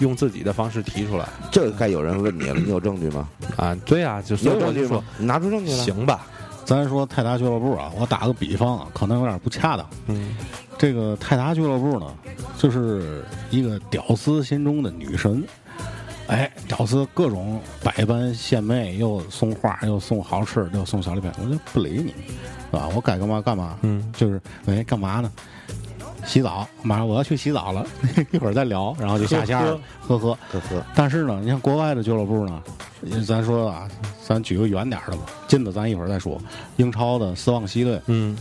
用自己的方式提出来
这个该有人问你了，你有证据吗？
啊，对啊，就所以
有
我
证据
就说
吗？你拿出证据来。
行吧，
咱说泰达俱乐部啊，我打个比方啊，可能有点不恰当。
嗯
这个泰达俱乐部呢，就是一个屌丝心中的女神。哎，屌丝各种百般献媚，又送花，又送好吃，又送小礼品，我就不理你，是吧？我该干嘛干嘛。
嗯，
就是喂，干嘛呢？洗澡，马上我要去洗澡了， *laughs* 一会儿再聊，然后就下线了，呵呵。
呵呵，
但是呢，你看国外的俱乐部呢，也咱说啊，咱举个远点儿的吧，近的咱一会儿再说。英超的斯旺西队
嗯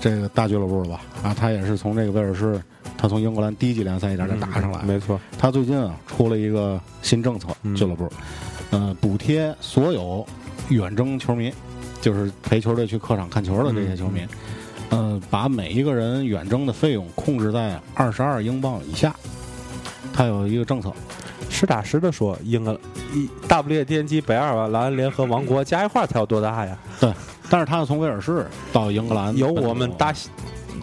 这个大俱乐部了吧？啊，他也是从这个威尔士，他从英格兰低级联赛一点点打上来。
嗯没错，
他最近啊出了一个新政策，
嗯
俱乐部，呃，补贴所有远征球迷，就是陪球队去客场看球的这些球迷，
嗯
呃，把每一个人远征的费用控制在二十二英镑以下。他有一个政策，
实打实的说，英格一大不列颠及北爱尔兰联合王国加一块儿才有多大呀？
对，但是他是从威尔士到英格兰，啊
有我们大西，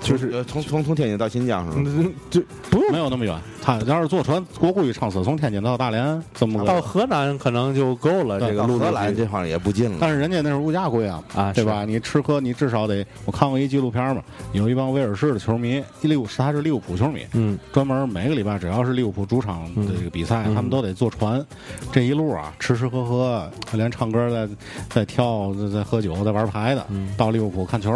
就是
呃从从从天津到新疆是吗？
嗯就不
没
用
有那么远。他要是坐船，我估计撑死从天津到大连这么
到
个。
河南可能就够了。
对
这个
到
路
荷
途
兰这好像也不近了。
但是人家那是物价贵啊，
啊
对
是
吧？你吃喝你至少得，我看过一纪录片嘛，有一帮威尔士的球迷，利物他是利物浦球迷，
嗯，
专门每个礼拜只要是利物浦主场的这个比赛，
嗯
他们都得坐船，这一路啊吃吃喝喝，连唱歌在在跳在在喝酒在玩牌的，
嗯
到利物浦看球，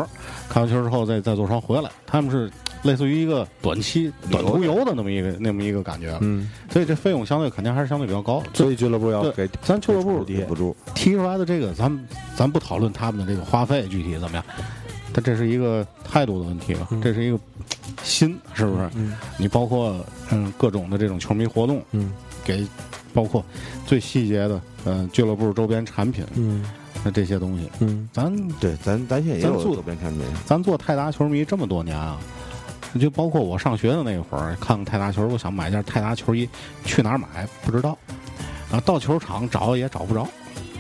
看完球之后再再坐船回来，他们是类似于一个短期短途游的那么一个那么一个感觉，啊
嗯，
所以这费用相对肯定还是相对比较高的。
所以俱乐部要
对
给
咱俱乐部
补贴
不住，
提出来的这个，咱们咱不讨论他们的这个花费具体怎么样，但这是一个态度的问题吧
嗯，
这是一个心，是不是？
嗯
你包括嗯各种的这种球迷活动，
嗯
给包括最细节的嗯俱乐部周边产品
嗯
那这些东西，
嗯，
咱
对，咱咱现在也
咱
有
做
周边产品，
咱做泰达球迷这么多年啊。就包括我上学的那会儿，看泰达球，我想买件泰达球衣，去哪儿买不知道，然后到球场找也找不着，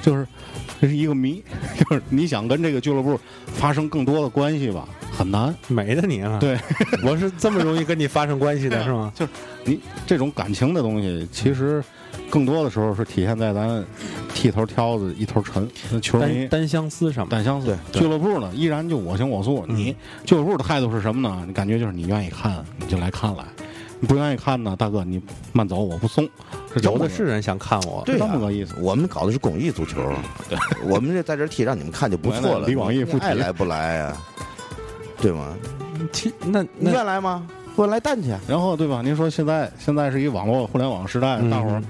就是这是一个谜， *laughs* 就是你想跟这个俱乐部发生更多的关系吧，很难。
没的你啊，
对，
我是这么容易跟你发生关系的是吗？
就是你这种感情的东西，其实更多的时候是体现在咱剃头挑子一头沉，那球迷
单单相思什么的？
单相思。
对嗯
俱乐部呢，依然就我行我素。你俱乐部的态度是什么呢？你感觉就是你愿意看你就来看来，你不愿意看呢，大哥你慢走，我不送。是这
有
么
的
个
是人想看我，
对
对
这
啊
么个意思。
我们搞的是公益足球，我们这在这儿踢，让你们看就不错了。
李广义
你
附体
爱来不来呀？对吗？
其那
你
那
愿来吗？不来蛋去。啊
然后对吧？您说现在现在是一网络互联网时代，
嗯
大伙儿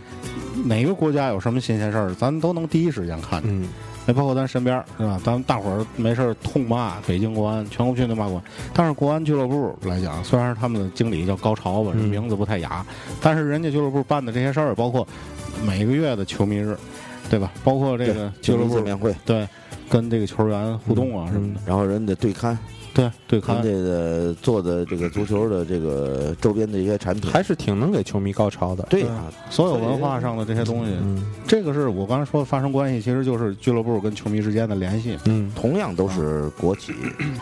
哪个国家有什么新鲜事儿，咱都能第一时间看见。
嗯
那包括咱身边儿是吧？咱们大伙儿没事儿痛骂北京国安，全国训练骂国安。但是国安俱乐部来讲，虽然他们的经理叫高潮吧，这
嗯
名字不太雅，但是人家俱乐部办的这些事儿，包括每个月的球迷日，对吧？包括这个俱乐
球迷
部
见面会，
对跟这个球员互动啊
嗯
什么的，
然后人得对刊，
对对
看
看。
这个做的这个足球的这个周边的一些产品。
还是挺能给球迷高潮的。
对啊呀，
所有文化上的这些东西，
嗯
这个是我刚才说的发生关系，其实就是俱乐部跟球迷之间的联系。
嗯
同样都是
*clears throat*
国企，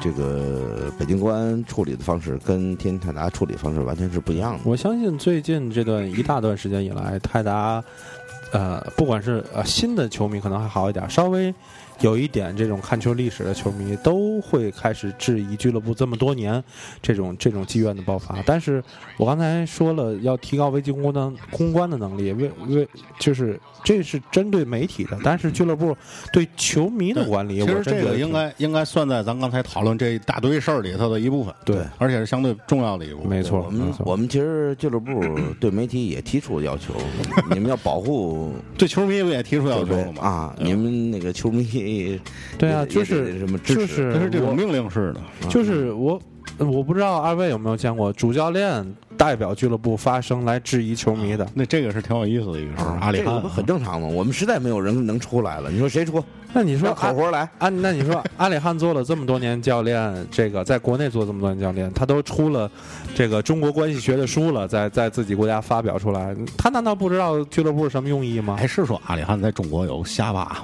这个北京国安处理的方式跟天津泰达处理方式完全是不一样的。
我相信最近这段一大段时间以来，泰达，呃，不管是呃新的球迷可能还好一点，稍微有一点这种看球历史的球迷都会开始质疑俱乐部这么多年这种这种积怨的爆发。但是我刚才说了，要提高危机公关公关的能力，为为就是这是针对媒体的，但是俱乐部对球迷的管理，
其
我
实
真
这
觉
个
得
应该应该算在咱刚才讨论这一大堆事儿里头的一部分，
对
而且是相对重要的一部分。
没
我
错，没
们
错，
我们其实俱乐部
*clears throat*
对媒体也提出要求，你们要保护
对球迷不也提出要
球
求
队
了吗？，
啊，你们那个球迷
对
也
啊，
得
就
也
是
得什么支
就
持
是
啊
这是这
我嗯
种命令式的，
就是我，我不知道二位有没有见过主教练代表俱乐部发声来质疑球迷的。
那这个是挺有意思的一个事儿，阿里
啊这个
汉啊
不很正常吗？我们实在没有人能出来了，你说
*laughs*
谁出？
那你说
让口活来，
啊，那你 *laughs* 说阿里汉做了这么多年教练，这个在国内做这么多年教练，他都出了这个中国关系学的书了，在在自己国家发表出来，他难道不知道俱乐部是什么用意吗？
还是说阿里汉在中国有瞎
啊
吧？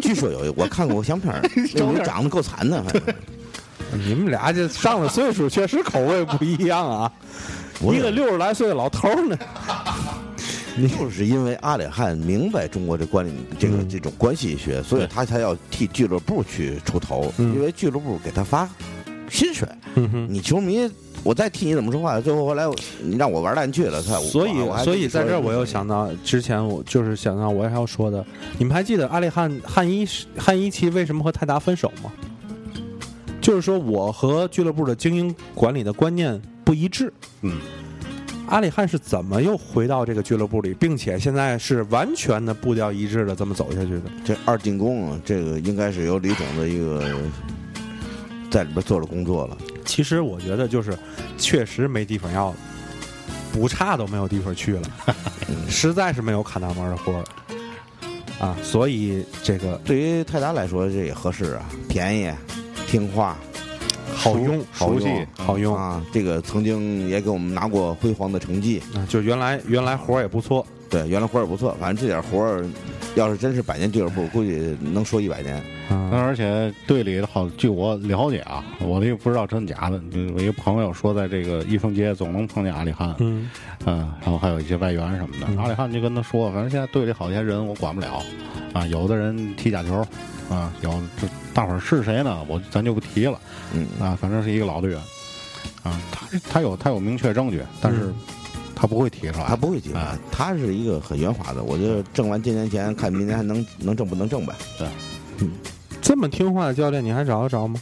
据说有，我看
*laughs*
过相片儿，那女长得够惨的，反正
你们俩这上了岁数，确实口味不一样啊！*laughs*
我
一个六十来岁的老头儿呢，
就是因为阿里汉明白中国这关这
嗯
个这种关系学，所以他才要替俱乐部去出头，
嗯
因为俱乐部给他发薪水。你球迷，我再替你怎么说话？最后后来你让我玩烂去了，他
所以
我还
所
跟
以
你说
在这儿我又想到之前我就是想到我还要说的，你们还记得阿里汉汉伊汉伊奇为什么和泰达分手吗？就是说我和俱乐部的经营管理的观念不一致。
嗯，
阿里汉是怎么又回到这个俱乐部里，并且现在是完全的步调一致的这么走下去的？
这二进宫啊，这个应该是由李总的一个在里边做了工作了。
其实我觉得就是，确实没地方要了，不差都没有地方去了，实在是没有砍大门的活儿了啊！所以这个
对于泰达来说，这也合适啊，便宜、听话、
好用，
好
熟悉
用、
好用啊！
啊。这个曾经也给我们拿过辉煌的成绩，
就原来原来活儿也不错，
对，原来活儿也不错。反正这点活儿，要是真是百年俱乐部，估计能说一百年。
那
嗯
而且队里的好，据我了解啊，我这个不知道真假的。嗯我一个朋友说，在这个一生街总能碰见阿里汉，
嗯，
嗯，然后还有一些外援什么的。
嗯
阿里汉就跟他说，反正现在队里好些人我管不了，啊，有的人踢假球，啊，有这大伙儿是谁呢？我咱就不提了，
嗯，
啊，反正是一个老队员，啊，他他有他有明确证据，但
嗯
是他不会提出
啊
来，
他不会结婚
哎，
他是一个很圆滑的。我觉得挣完今年钱，看明年还能能挣不能挣呗，
这么听话的教练你还找得着吗？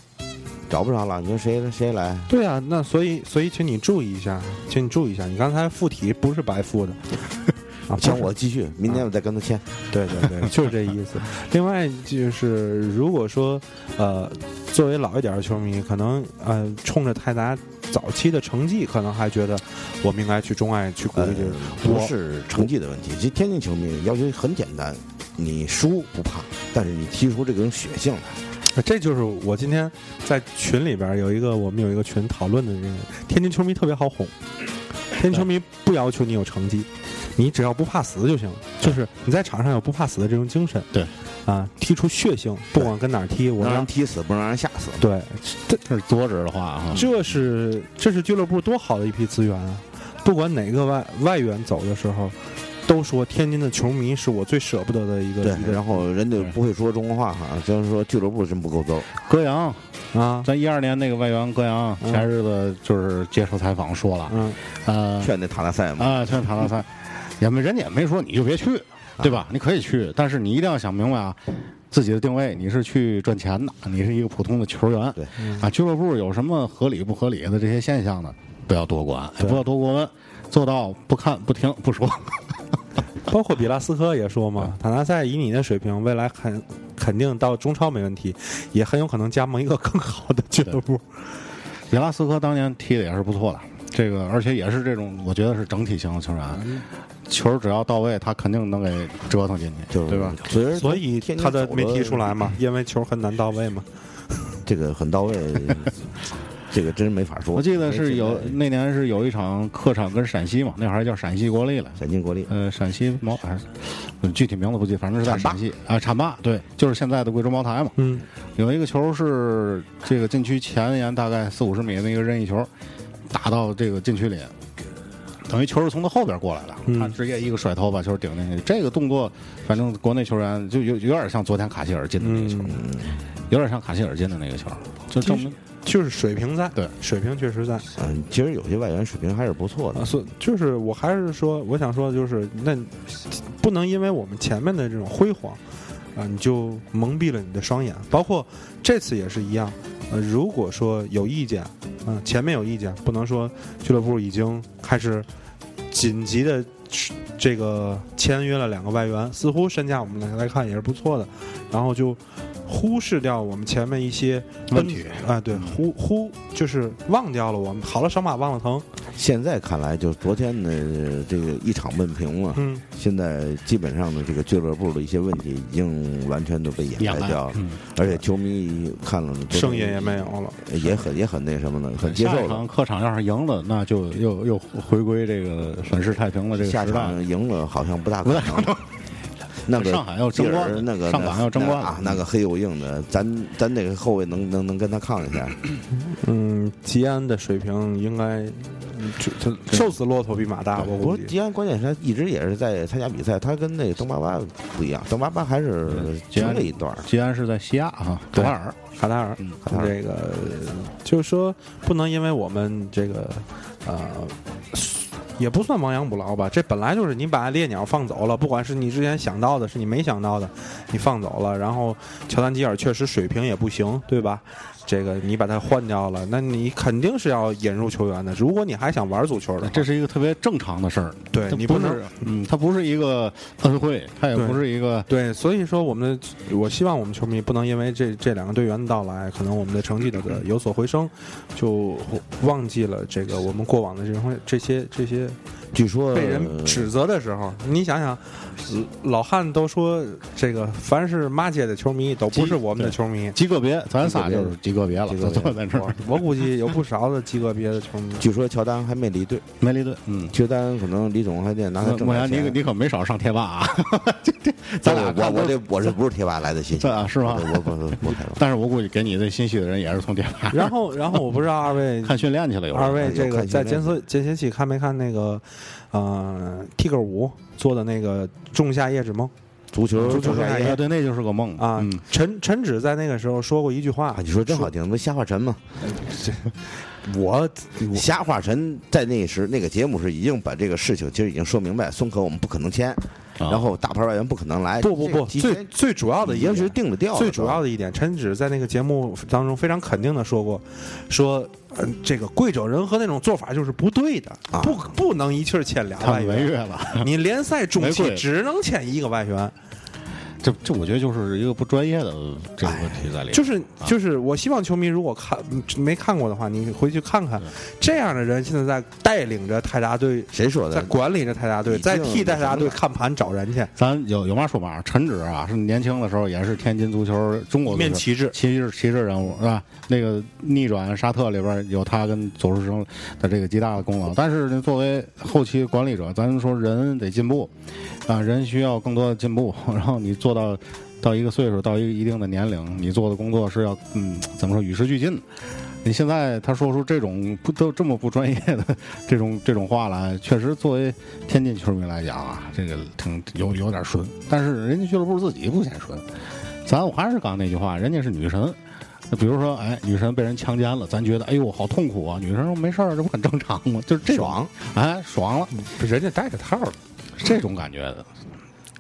找不着了。你说谁谁来？
对啊，那所以所以请你注意一下，请你注意一下，你刚才附体不是白附的 *laughs* 啊，不是
签我继续，明年我再跟他签。
对对对， *laughs* 就是这意思。另外就是，如果说呃，作为老一点的球迷，可能呃，冲着泰达早期的成绩，可能还觉得我们应该去中外去鼓
*laughs* 呃
励这个。，
不
我
是成绩的问题。其实天津球迷要求很简单，你输不怕，但是你踢出这种血性来。
呃这就是我今天在群里边有一个我们有一个群讨论的这个天津球迷特别好哄，天津球迷不要求你有成绩，你只要不怕死就行，就是你在场上有不怕死的这种精神。
对，
啊，踢出血性，不管跟哪儿踢，我
能让
让
人踢死，不能让人吓死。
对这
这是作者的话啊哈。
这是这是俱乐部多好的一批资源啊！不管哪个外外援走的时候，都说天津的球迷是我最舍不得的一个
对
一，个
然后人家不会说中国话哈，就是说俱乐部真不够糟。
戈阳，
啊，
咱一二年那个外援戈阳，
嗯
前日子就是接受采访说了，
嗯，
呃，
劝那塔纳塞嘛，
啊，劝唐老三，也没人家也没说你就别去，对吧？你可以去，但是你一定要想明白啊，自己的定位，你是去赚钱的，你是一个普通的球员，
对
啊，俱乐部有什么合理不合理的这些现象呢？不要多管，也不要多过问，做到不看不听不说。 *laughs*
包括比拉斯科也说嘛，塔纳塞以你的水平，未来肯肯定到中超没问题，也很有可能加盟一个更好的俱乐部。
比拉斯科当年踢的也是不错的，这个而且也是这种，我觉得是整体型的球
嗯
员，球只要到位，他肯定能给折腾进去，
就是
对吧？？
所以
所以他的没踢出来嘛，，因为球很难到位嘛。
这个很到位，这个真没法说。
我记得是有
因为现在
那年是有一场客场跟陕西嘛，那会儿还叫陕西国力了。
闪进国力，
呃，陕西茅还是嗯具体名字不记，得，反正是在陕西啊，浐灞对，就是现在的贵州茅台嘛。
嗯，
有一个球是这个禁区前沿大概四五十米的一个任意球，打到这个禁区里，等于球是从他后边过来的，
嗯
他直接一个甩头把球顶进去。这个动作，反正国内球员就有有点像昨天卡希尔进的那个球，有点像卡希尔进的那个球，就证明
就是水平在，
对
水平确实在。
嗯，其实有些外援水平还是不错
啊，
的。
所就是我还是说，我想说的就是，那不能因为我们前面的这种辉煌，啊、你就蒙蔽了你的双眼。包括这次也是一样，呃，如果说有意见，啊、前面有意见，不能说俱乐部已经开始紧急的这个签约了两个外援，似乎身价我们来来看也是不错的，然后就忽视掉我们前面一些
问题
啊，对，忽忽就是忘掉了我们好了少马忘了疼，
现在看来，就是昨天的这个一场闷平嘛，
嗯，
现在基本上呢，这个俱乐部的一些问题已经完全都被掩
掩
盖
盖
掉了，
嗯
而且球迷看了
声音也没有了。
有，也很也很那什么呢，很接
下
受
一场
了。
客场要是赢了，那就又又回归这个粉饰太平了这个
下
时代。
场赢了好像不大可 *laughs* 能。那个
上海要争冠
蒂尔那个
上港要争冠
啊，那个黑又硬的，咱咱那个后卫能能能跟他抗一 *clears throat* 下，
嗯，吉安的水平应该嗯就就瘦死骆驼比马大，我
不
估
过
计。
吉安关键是他一直也是在参加比赛，他跟那个邓巴巴不一样，邓巴巴还是
吉
经
安
历一段儿。
吉安是在西亚哈，卡
对
塔尔，
卡塔尔，
卡塔尔
这个就是说不能因为我们这个呃。也不算亡羊补牢吧，这本来就是你把猎鸟放走了，不管是你之前想到的，是你没想到的，你放走了，然后乔丹吉尔确实水平也不行，对 *laughs* 吧？这个你把他换掉了，那你肯定是要引入球员的。如果你还想玩足球的话，
这是一个特别正常的事儿。
对
它
你
不
不
是
能，
嗯，它不是一个恩惠，它也
对
不是一个
对，所以说我们的，我希望我们球迷不能因为这这两个队员的到来，可能我们的成绩的
嗯
有所回升，就忘记了这个我们过往的这种这些这些
据说呃
被人指责的时候，你想想，老汉都说这个凡是骂街的球迷都不是我们的球
*laughs*
迷，
极个别，咱仨就是极个别了，
极个
就
别
*laughs* 坐在这儿
我我估计有不少的极个别的
*laughs*
球迷。
据说乔丹还没离队，
没离队，嗯。
乔丹可能李总还得拿他挣
莫
点
言，你可
钱。
你可没少上贴吧啊！这这咱俩
我
看
我
都
这我这不是贴吧来的信息
对啊是吗
我不不不开玩笑，
但是我估计给你这信息的人也是从贴吧
然后，哎然后我不知道二位
看训练去了，有人
二位
有
这
看
个
训
在
练
监测监视器看没看那个，呃，T 哥五做的那个《仲夏夜之梦
足球
足球
仲夏
哎
夜
呀
啊，对，那就是个梦》
啊
嗯，
陈陈芷在那个时候说过一句话
啊，，你说真好听，不瞎话陈吗？
我
瞎话陈在那时那个节目是已经把这个事情其实已经说明白，松口我们不可能签，然后大牌外援不可能来。
啊不不不，
这
最最主要的
已
一
经
点
是定了调了
最主
是吧
要的一点，陈芷在那个节目当中非常肯定的说过，说。嗯，这个贵州人和那种做法就是不对的，
啊
不不能一气儿签俩
他
外
们违
援。
约了。
你联赛中
违
期
规
只能签一个外援，
这这，我觉得就是一个不专业的这个问题在里面。
就是就是，我希望球迷如果看嗯没看过的话，你回去看看，这样的人现在在带领着泰达队，
谁说
在
的？
管理着泰达队，
已经
在替泰达队
那什么了
看盘找人去，
咱有有嘛说嘛，陈芷啊，是年轻的时候也是天津足球中国足球
面旗帜
旗帜旗帜人物是吧？那个逆转沙特里边有他跟左树生的这个极大的功劳。但是呢，作为后期管理者，咱说人得进步啊，人需要更多的进步。 *laughs* 然后你做到到一个岁数，到一个一定的年龄，你做的工作是要嗯怎么说与时俱进的。你现在他说出这种不都这么不专业的这种这种话来，确实作为天津球迷来讲啊，这个挺有有点顺。但是人家俱乐部自己不显顺，咱我还是刚才那句话，人家是女神。那比如说，哎，女神被人强奸了，咱觉得哎呦好痛苦啊。女神说没事儿，这不很正常吗？就是这种
爽，
哎，爽了，
人家带着套儿
这种感觉的。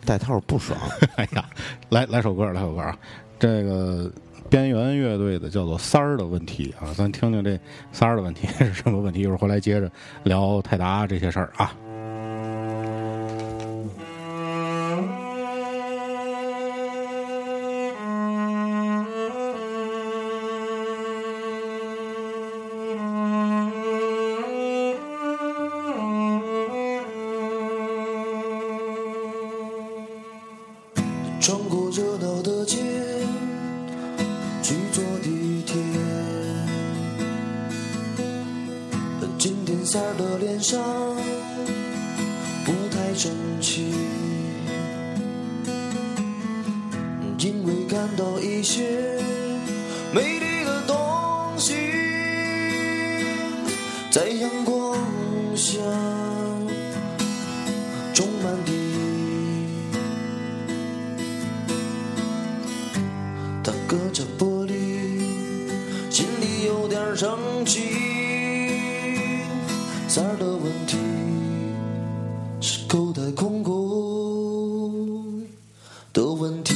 带套不
*laughs*
爽，
*laughs* 哎呀，来来首歌，来首歌啊！这个边缘乐队的叫做“三儿的问题”啊，咱听听这“三儿的问题” *laughs* 是什么问题？一会儿回来接着聊泰达这些事儿啊。
穿过热闹的街，去坐地铁。今天三儿的脸上不太争气，因为看到一些美丽的东西，在阳光下种满地。他隔着玻璃，心里有点生气。三儿的问题是口袋空空的问题。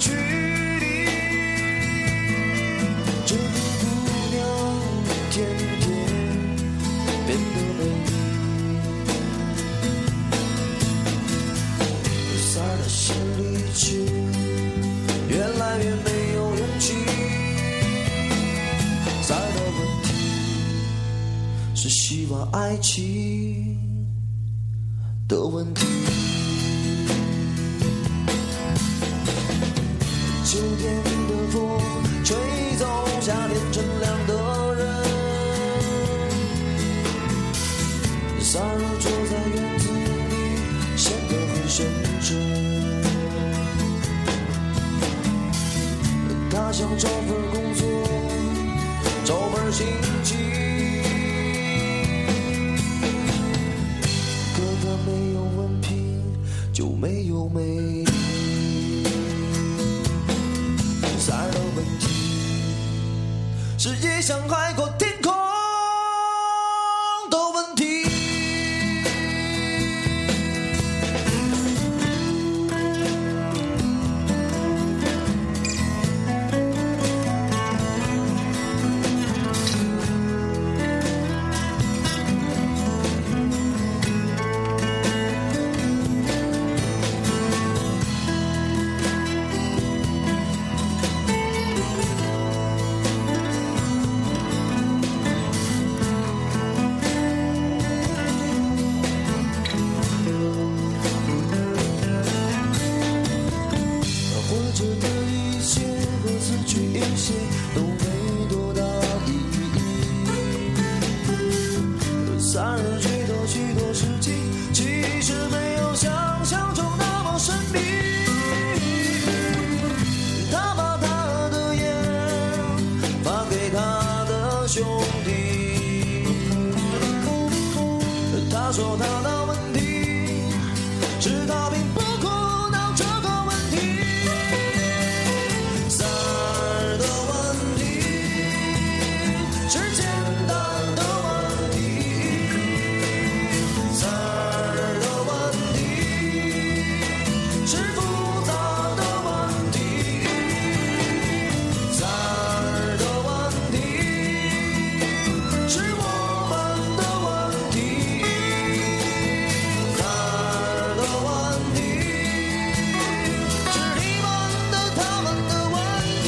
距离。这个姑娘一天天变得美丽，不塞到心里去，越来越没有勇气。再的问题是希望爱情的问题。秋天的风吹走夏天乘凉的人，洒落坐在院子里，显得很深沉。他想找份工作，找份心情，可他没有文凭，就没有美丽。三儿的问题是异想海阔天空的问题。活着的一切和死去一切都没多大意义。三儿觉得许多事情其实没有想象中那么神秘。他把他的烟发给他的兄弟，他说他的问题。是他并不苦恼这个问题，三儿的问题是简单的问题，三儿的问题是复杂的问题，三儿的问题是我们的问题。三儿的问题是你们的、他们的问题。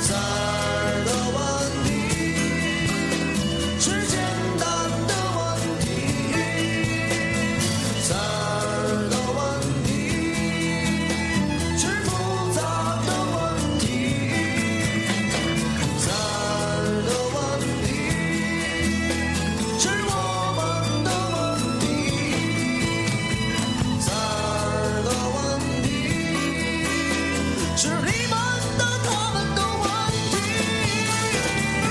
三儿的问题是简单的问题。三儿的问题是复杂的问题。三儿的问题。是我们的问题，三儿的问题，是你们的、他们的问题，三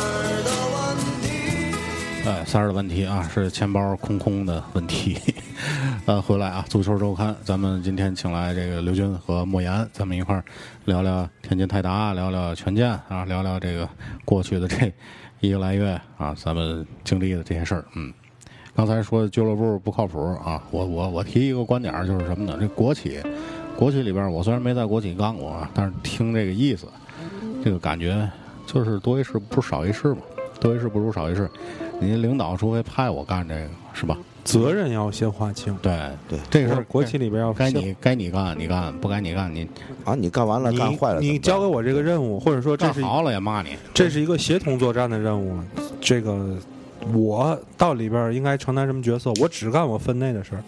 儿的问题。
哎，三儿的问题啊，是钱包空空的问题。 *laughs* 呃，回来啊，足球周刊，咱们今天请来这个刘军和莫言，咱们一块儿聊聊天津泰达，聊聊权健啊，聊聊这个过去的这一个来月啊，咱们经历的这些事儿。嗯，刚才说俱乐部不靠谱啊，我我我提一个观点儿就是什么呢？这国企，国企里边儿我虽然没在国企干过啊，但是听这个意思，这个感觉就是多一事不如少一事嘛，多一事不如少一事。您领导除非派我干这个是吧？
责任要先划清。
对
对
这个事
国
儿
国企里边要
该
先
你该你干你干，不该你干你
啊，你干完了，
你
干坏了，
你交给我这个任务，或者说这
干
是
好了也骂你。
这是一个协同作战的任务，这个我到里边应该承担什么角色，我只干我分内的事儿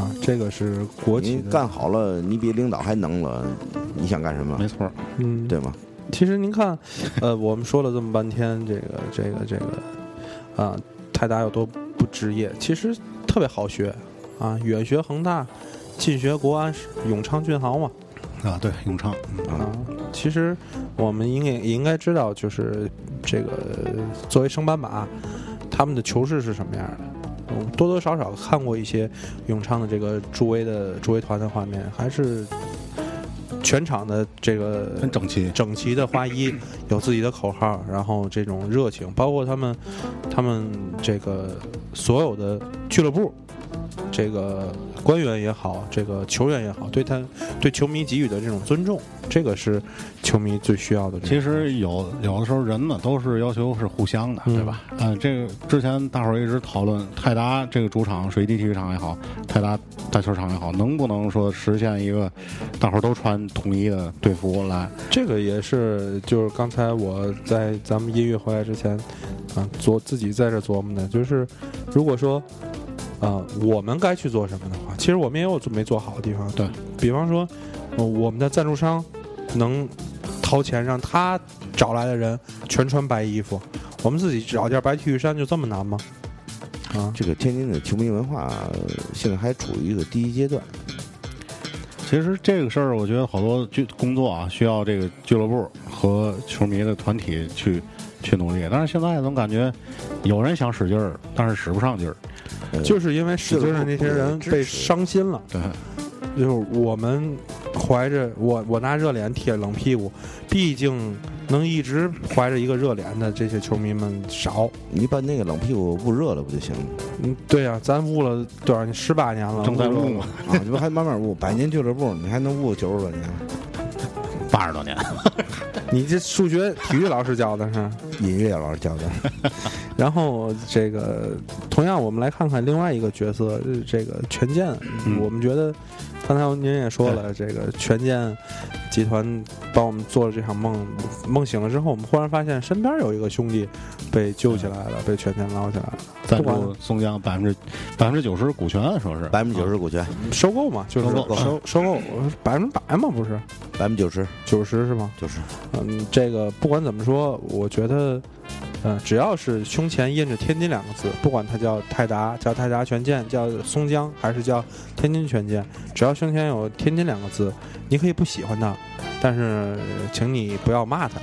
啊，这个是国企
你
的。
干好了，你比领导还能了，你想干什么
没？错儿，
嗯，
对吗？
其实您看， *laughs* 呃，我们说了这么半天，这个这个这个啊，泰达有多不职业，其实特别好学啊，远学恒大，近学国安，永昌俊豪嘛。
啊，对，永昌，
啊，
嗯
其实我们应该也应该知道，就是这个作为升班马，他们的球市是什么样的。我多多少少看过一些永昌的这个助威的助威团的画面，还是全场的这个
很整齐。
整齐的花衣，有自己的口号，然后这种热情，包括他们，他们这个所有的俱乐部，这个官员也好，这个球员也好，对他对球迷给予的这种尊重，这个是球迷最需要的这种。
其实有有的时候人呢都是要求是互相的，
嗯
对吧？嗯、这个之前大伙儿一直讨论泰达这个主场水滴体育场也好，泰达大球场也好，能不能说实现一个大伙儿都穿统一的队服来？
这个也是，就是刚才我在咱们音乐回来之前，啊，琢自己在这琢磨的，就是如果说，啊、我们该去做什么的话，其实我们也有做没做好的地方。
对
比方说、呃我们的赞助商能掏钱让他找来的人全穿白衣服，我们自己找件白 T 恤衫就这么难吗？啊，
这个天津的球迷文化呃现在还处于一个第一阶段，
其实这个事儿，我觉得好多俱工作啊，需要这个俱乐部和球迷的团体去去努力。但是现在总感觉有人想使劲儿，但是使不上劲儿。
呃
就是因为使劲儿的那些人被伤心了。
对，
就是我们怀着我我拿热脸贴冷屁股，毕竟能一直怀着一个热脸的这些球迷们少。
你把那个冷屁股捂热了不就行了
嗯，对呀、咱捂了多少年？十八年了，
正在
了
录嘛，
*laughs*
啊？你不还慢慢捂？百年俱乐部你还能捂九十多年？
八十多年，
你这数学体育老师教的是？
音乐老师教
*laughs*
的，
然后这个，同样我们来看看另外一个角色，呃这个权健。
嗯
我们觉得，刚才您也说了，这个权健集团帮我们做了这场梦，梦醒了之后，我们忽然发现身边有一个兄弟被救起来了，被权健捞起来了，
赞
不管
助松江百分之百分之九十股权，啊说是
百分之九十股权，
收购嘛，就是
收购
收收购百分之百嘛，不是
百分之九十
九十是吗？
九十。
嗯，这个不管怎么说，我觉得，呃，只要是胸前印着“天津”两个字，不管它叫泰达、叫泰达权健、叫松江，还是叫天津权健，只要胸前有“天津”两个字，你可以不喜欢它，但是呃请你不要骂它。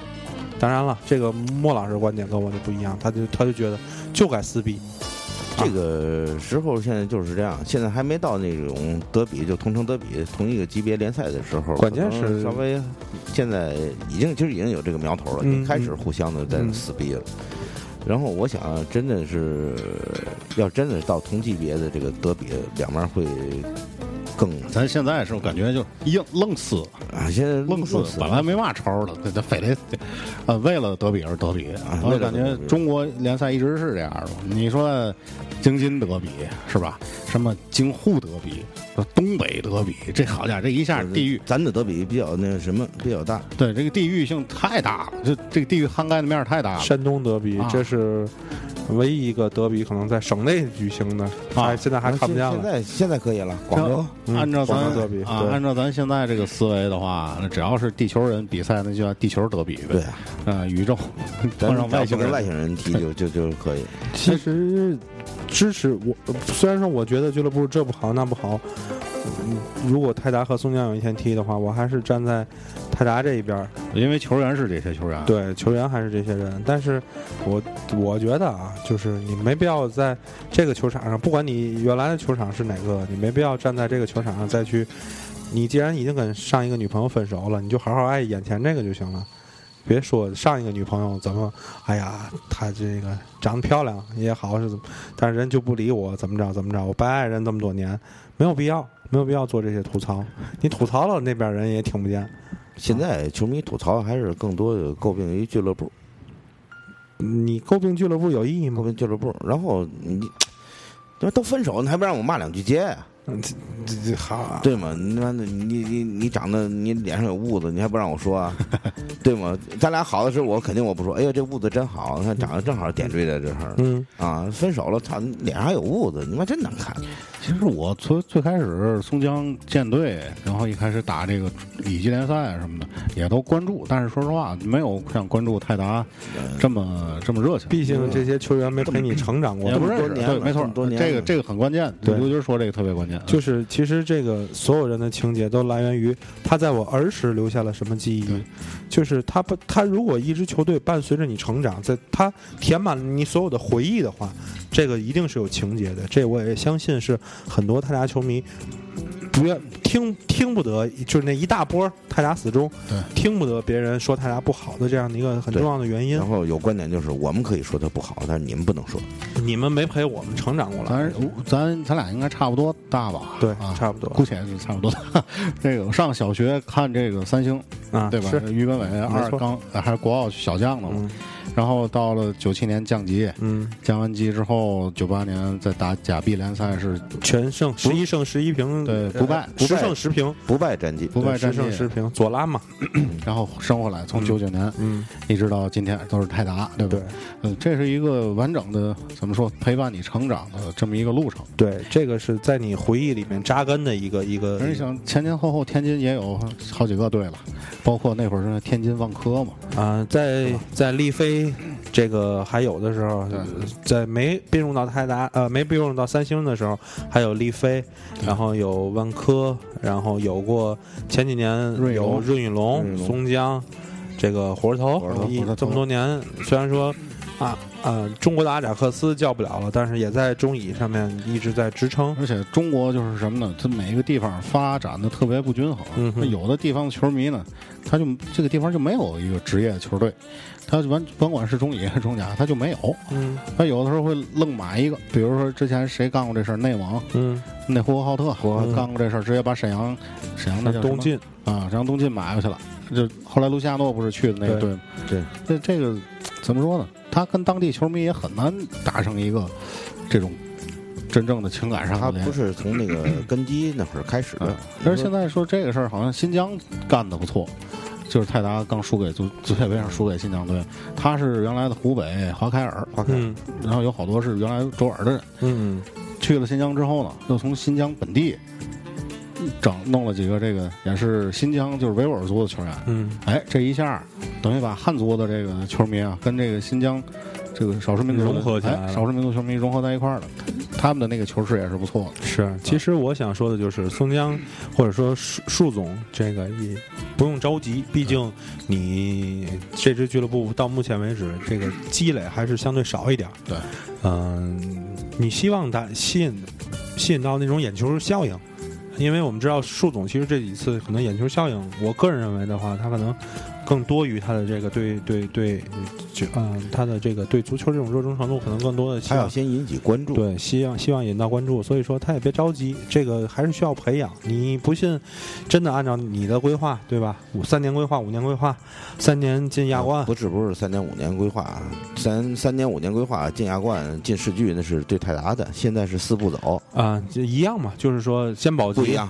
当然了，这个莫老师观点跟我就不一样，他就他就觉得就该撕逼，
这个时候现在就是这样，现在还没到那种德比就同城德比同一个级别联赛的时候。
关键
可能
是
稍微现在已经其实已经有这个苗头了，
嗯
也开始互相的在
嗯
撕逼了。然后我想，啊真的是要真的到同级别的这个德比，两边会更
咱现在是我感觉就硬愣撕，
啊，现在
愣
死
撕，本来没嘛仇的，这这非得，呃，为了德比而德比。啊我感觉中国联赛一直是这样的。你说京津德比是吧？什么京沪德比，东北德比，这好家伙，这一下地域
呃咱的德比比较那个什么比较大，
对这个地域性太大了，这这个地域涵盖的面儿太大了。
山东德比，
啊
这是唯一一个德比可能在省内举行
啊
的，还现在还看不见
现
了。
在现在可以了，广州。
嗯
按照咱
广州德比
啊
对，
按照咱现在这个思维的话，那只要是地球人比赛，那就叫地球德比呗。
对啊，
啊，宇宙 *laughs*
咱
碰上
只要
外
不
星
跟
人，
外星人踢
*laughs*
就就就可以。
其实支持我，呃虽然说我觉得俱乐部这不好那不好，嗯如果泰达和松江有一天踢的话，我还是站在泰达这一边儿。
因为球员是这些球员。啊
对，球员还是这些人，但是我我觉得啊，就是你没必要在这个球场上，不管你原来的球场是哪个，你没必要站在这个球场上再去。你既然已经跟上一个女朋友分手了，你就好好爱眼前这个就行了。别说上一个女朋友怎么，哎呀，她这个长得漂亮也好是怎么，但是人就不理我，怎么着怎么着，我白爱人这么多年，没有必要，没有必要做这些吐槽。你吐槽了，那边人也听不见。
现在球迷吐槽还是更多的诟病于俱乐部，
你诟病俱乐部有意义吗
诟？病俱乐部。然后你，他妈都分手，你还不让我骂两句街呀？
嗯，这这这好、啊，
对吗？你妈的，你你你长得你脸上有痦子，你还不让我
*laughs*
说啊？对吗？咱俩好的时候，我肯定我不说。哎呀，这痦子真好，
嗯
你看长得正好点缀在这儿
嗯，
啊。分手了，操，你脸上还有痦子，你妈真难看。
其实我从最开始松江舰队，然后一开始打这个乙级联赛啊什么的，也都关注，但是说实话，没有像关注泰达这么这么热情。
毕竟这些球员没陪你成长过
也，不
这么
认
多
识，
年了
对，没错
这么多，年了
这个这个很关键。
对
刘军说这个特别关键，
就是其实这个所有人的情节都来源于他在我儿时留下了什么记忆
对，
就是他不，他如果一支球队伴随着你成长，在他填满了你所有的回忆的话，这个一定是有情节的，这我也相信是很多泰达球迷。不愿听听不得，就是那一大波他俩死忠，
对
听不得别人说他俩不好的这样的一个很重要的原因
然。后有观点就是，我们可以说他不好，但是你们不能说。
你们没陪我们成长过来
咱，咱咱俩应该差不多大吧？
对
啊，
差不多
姑且是差不多 *laughs* 大。这个上小学看这个三星，
啊，
对吧？
是，
于根伟二
错
刚还是国奥小将呢嘛
嗯。
然后到了九七年降级，
嗯，
降完级之后，九八年再打甲 B 联赛是
全胜十一胜十一平，呃
对不败
十
不败
胜十平，
不败战绩，
不败
对
战
十
绩，
胜十平，左拉嘛，
然后升回来，从九九年
嗯，
一直到今天都是泰达，对吧？
对
嗯，这是一个完整的怎么说陪伴你成长的这么一个路程。
对，这个是在你回忆里面扎根的一个一个
而，且想前前后后天津也有好几个队了，包括那会儿是天津万科嘛，
啊、在在丽飞这个还有的时候，在没并入到泰达呃没并入到三星的时候，还有丽飞，然后有万科，然后有过前几年
润宇
有
龙
润宇龙、
润宇龙
松江，这个火车头
火车头
一
火车头
这么多年，虽然说啊呃中国的阿贾克斯叫不了了，但是也在中乙上面一直在支撑。
而且中国就是什么呢？它每一个地方发展的特别不均衡。
嗯哼
那有的地方的球迷呢，他就这个地方就没有一个职业球队，他就完甭管是中乙还是中甲，他就没有。
嗯
他有的时候会愣买一个，比如说之前谁干过这事儿？内网
嗯，
那呼和浩特
浩特
干过这事儿，直接把沈阳沈阳那叫什么
东进
啊，让东进买过去了。就后来卢西亚诺不是去的那个
对
队吗？
对，
这这个怎么说呢？他跟当地球迷也很难达成一个这种真正的情感上
他
的联
不
系。
是
*clears throat*
从那个根基那会儿开始的
啊。但是现在说这个事儿，好像新疆干的不错，就是泰达刚输给足足协杯上输给新疆队，他是原来的湖北华凯尔，华
嗯
然后有好多是原来卓尔的人，
嗯
去了新疆之后呢，又从新疆本地整弄了几个这个也是新疆就是维吾尔族的球员，
嗯
哎，这一下等于把汉族的这个球迷啊，跟这个新疆这个少数民族的
融合起来了
哎少数民族球迷融合在一块儿了，他们的那个球市也是不错的。
是。其实我想说的就是松江或者说树树总这个也不用着急，毕竟你这支俱乐部到目前为止这个积累还是相对少一点儿。
对，
嗯，你希望打吸引吸引到那种眼球效应，因为我们知道树总其实这几次可能眼球效应，我个人认为的话，他可能更多于他的这个对对对，就嗯，他的这个对足球这种热衷程度，可能更多的希
他要
望
先引起关注，
对，希望希望引到关注，所以说他也别着急，这个还是需要培养。你不信，真的按照你的规划，对吧？五三年规划，五年规划，三年进亚冠，
不只不是三年五年规划啊，三三年五年规划进亚冠、进世俱那是对泰达的，现在是四步走，
啊、就一样嘛，就是说先保级，
不一样，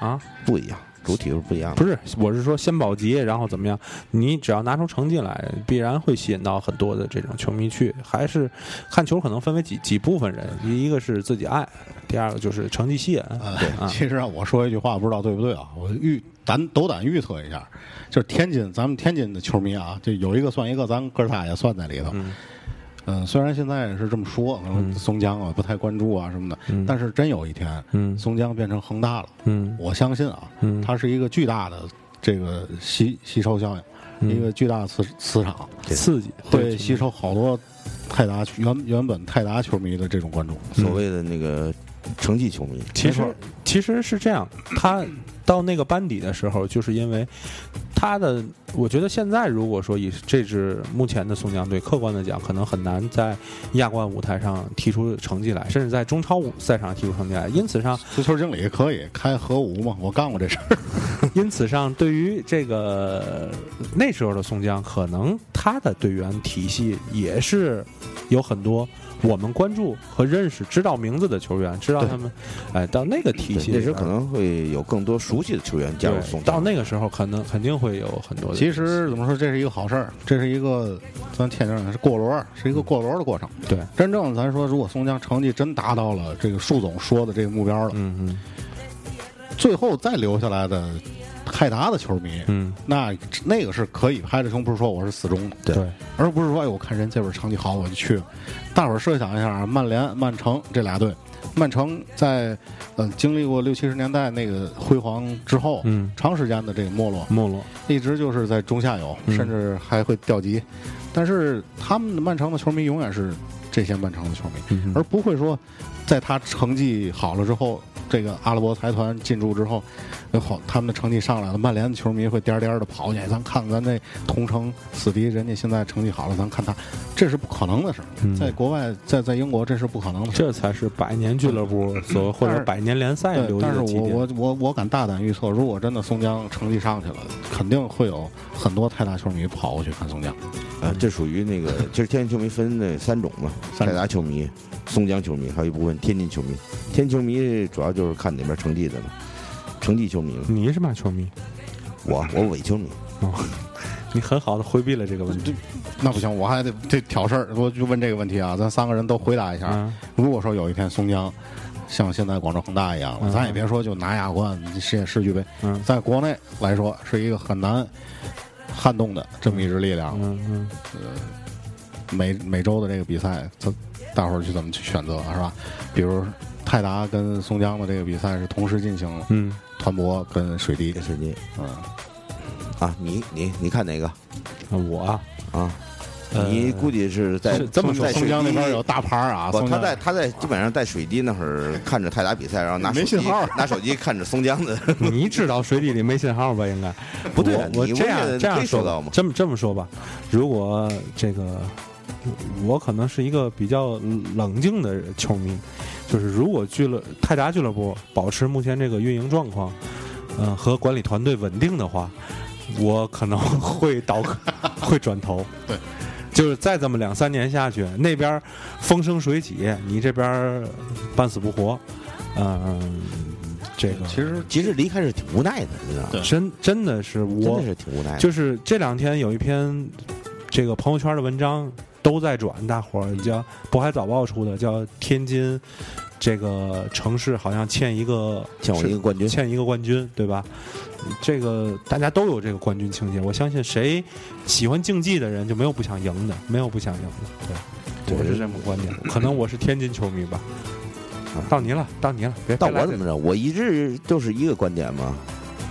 啊，
不一样，主体是不一样的。
不是，我是说先保级，然后怎么样？你只要拿出成绩来，必然会吸引到很多的这种球迷去。还是看球可能分为几几部分人，一个是自己爱，第二个就是成绩吸引，
呃，
啊
其实啊，我说一句话，不知道对不对啊？我预胆斗胆预测一下，就是天津，咱们天津的球迷啊，就有一个算一个，咱哥仨也算在里头。嗯虽然现在是这么说，松江啊不太关注啊什么的，但是真有一天，
嗯
松江变成恒大了，
嗯
我相信啊，
嗯
它是一个巨大的这个吸吸收效应，
嗯
一个巨大的磁磁场，
刺激，
会吸收好多泰达原原本泰达球迷的这种关注。
所谓的那个成绩球迷，
嗯其
没
实
错
其实是这样，他到那个班底的时候，就是因为他的，我觉得现在如果说以这支目前的松江队，客观的讲，可能很难在亚冠舞台上踢出成绩来，甚至在中超舞赛场上踢出成绩来。因此
*laughs*
上，
足球经理可以开核武嘛？我干过这事儿。
因此上，对于这个那时候的松江，可能他的队员体系也是有很多我们关注和认识、知道名字的球员，知道他们，哎，到那个体系
那
里
时候
边
可能会有更多熟悉的球员加入
对
松
到
江。
那个时候，可能肯定会有很多的。
其实怎么说，这是一个好事儿，这是一个咱天津人是过轮儿，是一个过轮儿的过程。
对，
真正咱说，如果松江成绩真达到了这个树总说的这个目标了，
嗯嗯
最后再留下来的泰达的球迷，
嗯，
那那个是可以拍着胸脯说我是死忠的，
对，
而不是说哎我看人这边成绩好我就去。大伙儿设想一下啊，曼联、曼城这俩队，曼城在嗯、呃经历过六七十年代那个辉煌之后，
嗯
长时间的这个没落，
没落，
一直就是在中下游，
嗯
甚至还会掉级。但是他们的曼城的球迷永远是这些曼城的球迷，
嗯
而不会说在他成绩好了之后，这个阿拉伯财团进驻之后，那好，他们的成绩上来了，曼联的球迷会颠儿颠的跑去，哎咱看咱这同城死敌，人家现在成绩好了，咱看他，这是不可能的事儿。
嗯
在国外，在在英国，这是不可能的事儿。
这才是百年俱乐部所或
但
者
是
百年联赛
对
留，下
但是
的积
我我
淀。
我我敢大胆预测，如果真的松江成绩上去了，肯定会有很多泰达球迷跑过去看松江。
呃，这属于那个，其实天津球迷分那三种嘛，
三
泰
种
达球迷、松江球迷，还有一部分天津球迷。天津球迷主要就是看哪边成绩的嘛，成绩球迷
嗯
嘛。
你是嘛球迷？
我我伪球迷，
哦，你很好的回避了这个问题。
那不行，我还得得挑事儿。我就问这个问题啊，咱三个人都回答一下。
嗯
如果说有一天松江像现在广州恒大一样了，
嗯
咱也别说就拿亚冠、世界世俱杯，
嗯
在国内来说是一个很难撼动的这么一支力量。呃
嗯嗯，
每每周的这个比赛，咱大伙儿去怎么去选择啊是吧？比如泰达跟松江的这个比赛是同时进行的，
嗯，
团泊跟水滴
也，是你
嗯，
啊，你你你看哪个
啊我啊
啊？
呃
你估计是在
是这么说
在
松
水
江那边
滴
有大牌儿啊，
不，
松
他
江
在他在基本上在水滴那会儿看着泰达比赛，然后拿手
没
机
信号
拿手机看着松江的。
*laughs* 你知道水底里没信号吧？应该
不对
我我
你
这
问
样这
可
样
以
说
说到
吧
吗，
这么这么说吧，如果这个我可能是一个比较冷静的球迷，就是如果俱乐泰达俱乐部保持目前这个运营状况，嗯、和管理团队稳定的话，我可能会倒
*laughs*
戈会转头。
对。
就是再这么两三年下去，那边风生水起，你这边半死不活，嗯、这个
其实
其实离开是挺无奈的，你知道吗？
对
真真的是
真
我
的是挺无奈的。
就是这两天有一篇这个朋友圈的文章都在转，大伙儿叫《渤海早报》出的，叫天津这个城市好像欠一个
欠我一个冠军，
欠一个冠军，对吧？这个大家都有这个冠军情节，我相信谁喜欢竞技的人就没有不想赢的，没有不想赢的。对，
我
我
是
是这么观点，可能我是天津球迷吧。到你了，到你了，别
但
别来
我
这
怎么着？我一直就是一个观点嘛，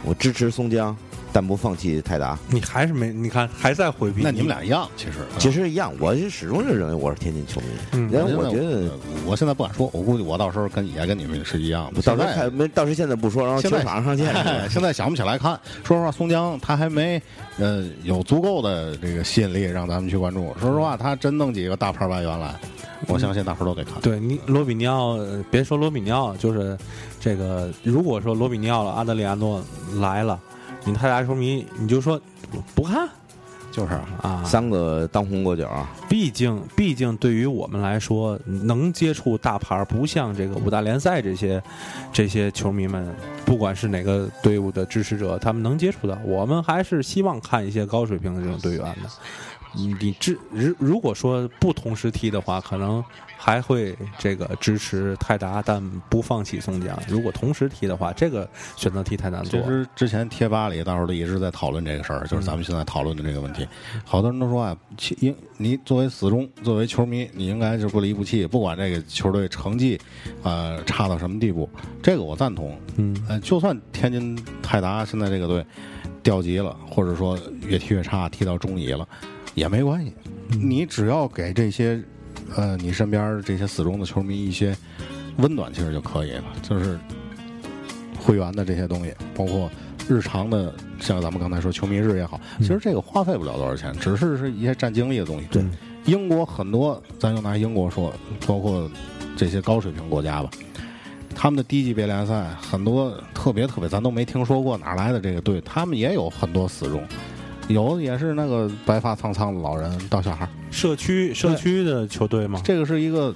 我支持松江，但不放弃泰达。
你还是没，你看还在回避。
那你们俩一样，其实
其
实。
实一样，我是始终是认为我是天津球迷，
嗯
然后
现在
我觉得。
我现在不敢说，我估计我到时候跟也跟你们是一样的。
到时
现
候
在
看没，到时候现在不说，然后球
现在
场上
*laughs*
见。
哎现在想不起来看。说实话，松江他还没呃有足够的这个吸引力让咱们去关注。说实话，他真弄几个大牌外援来，我相信大伙儿都得看。
对你罗比尼奥，呃别说罗比尼奥，就是这个，如果说罗比尼奥了，阿德里亚诺来了，你泰达球迷你就说不看
就是啊
啊，
三个当红国脚啊，
毕竟毕竟对于我们来说，能接触大牌儿，不像这个五大联赛这些这些球迷们，不管是哪个队伍的支持者，他们能接触到，我们还是希望看一些高水平的这种队员的。嗯你支如如果说不同时踢的话，可能还会这个支持泰达，但不放弃松江。如果同时踢的话，这个选择题太难做
其
了。
实之前贴吧里，大伙儿都一直在讨论这个事儿，就是
嗯
咱们现在讨论的这个问题。好多人都说啊，其应你作为死忠，作为球迷，你应该就是不离不弃，不管这个球队成绩，呃，差到什么地步，这个我赞同。
嗯，
呃，就算天津泰达现在这个队掉级了，或者说越踢越差，踢到中乙了，也没关系。
嗯
你只要给这些，呃，你身边这些死忠的球迷一些温暖，其实就可以了。就是会员的这些东西，包括日常的，像咱们刚才说球迷日也好，其实这个花费不了多少钱，只是是一些占精力的东西。
对，
英国很多，咱就拿英国说，包括这些高水平国家吧，他们的低级别联赛很多特别特别，咱都没听说过哪儿来的这个队，他们也有很多死忠。有的也是那个白发苍苍的老人到小孩儿，
社区社区的球队吗？
这个是一个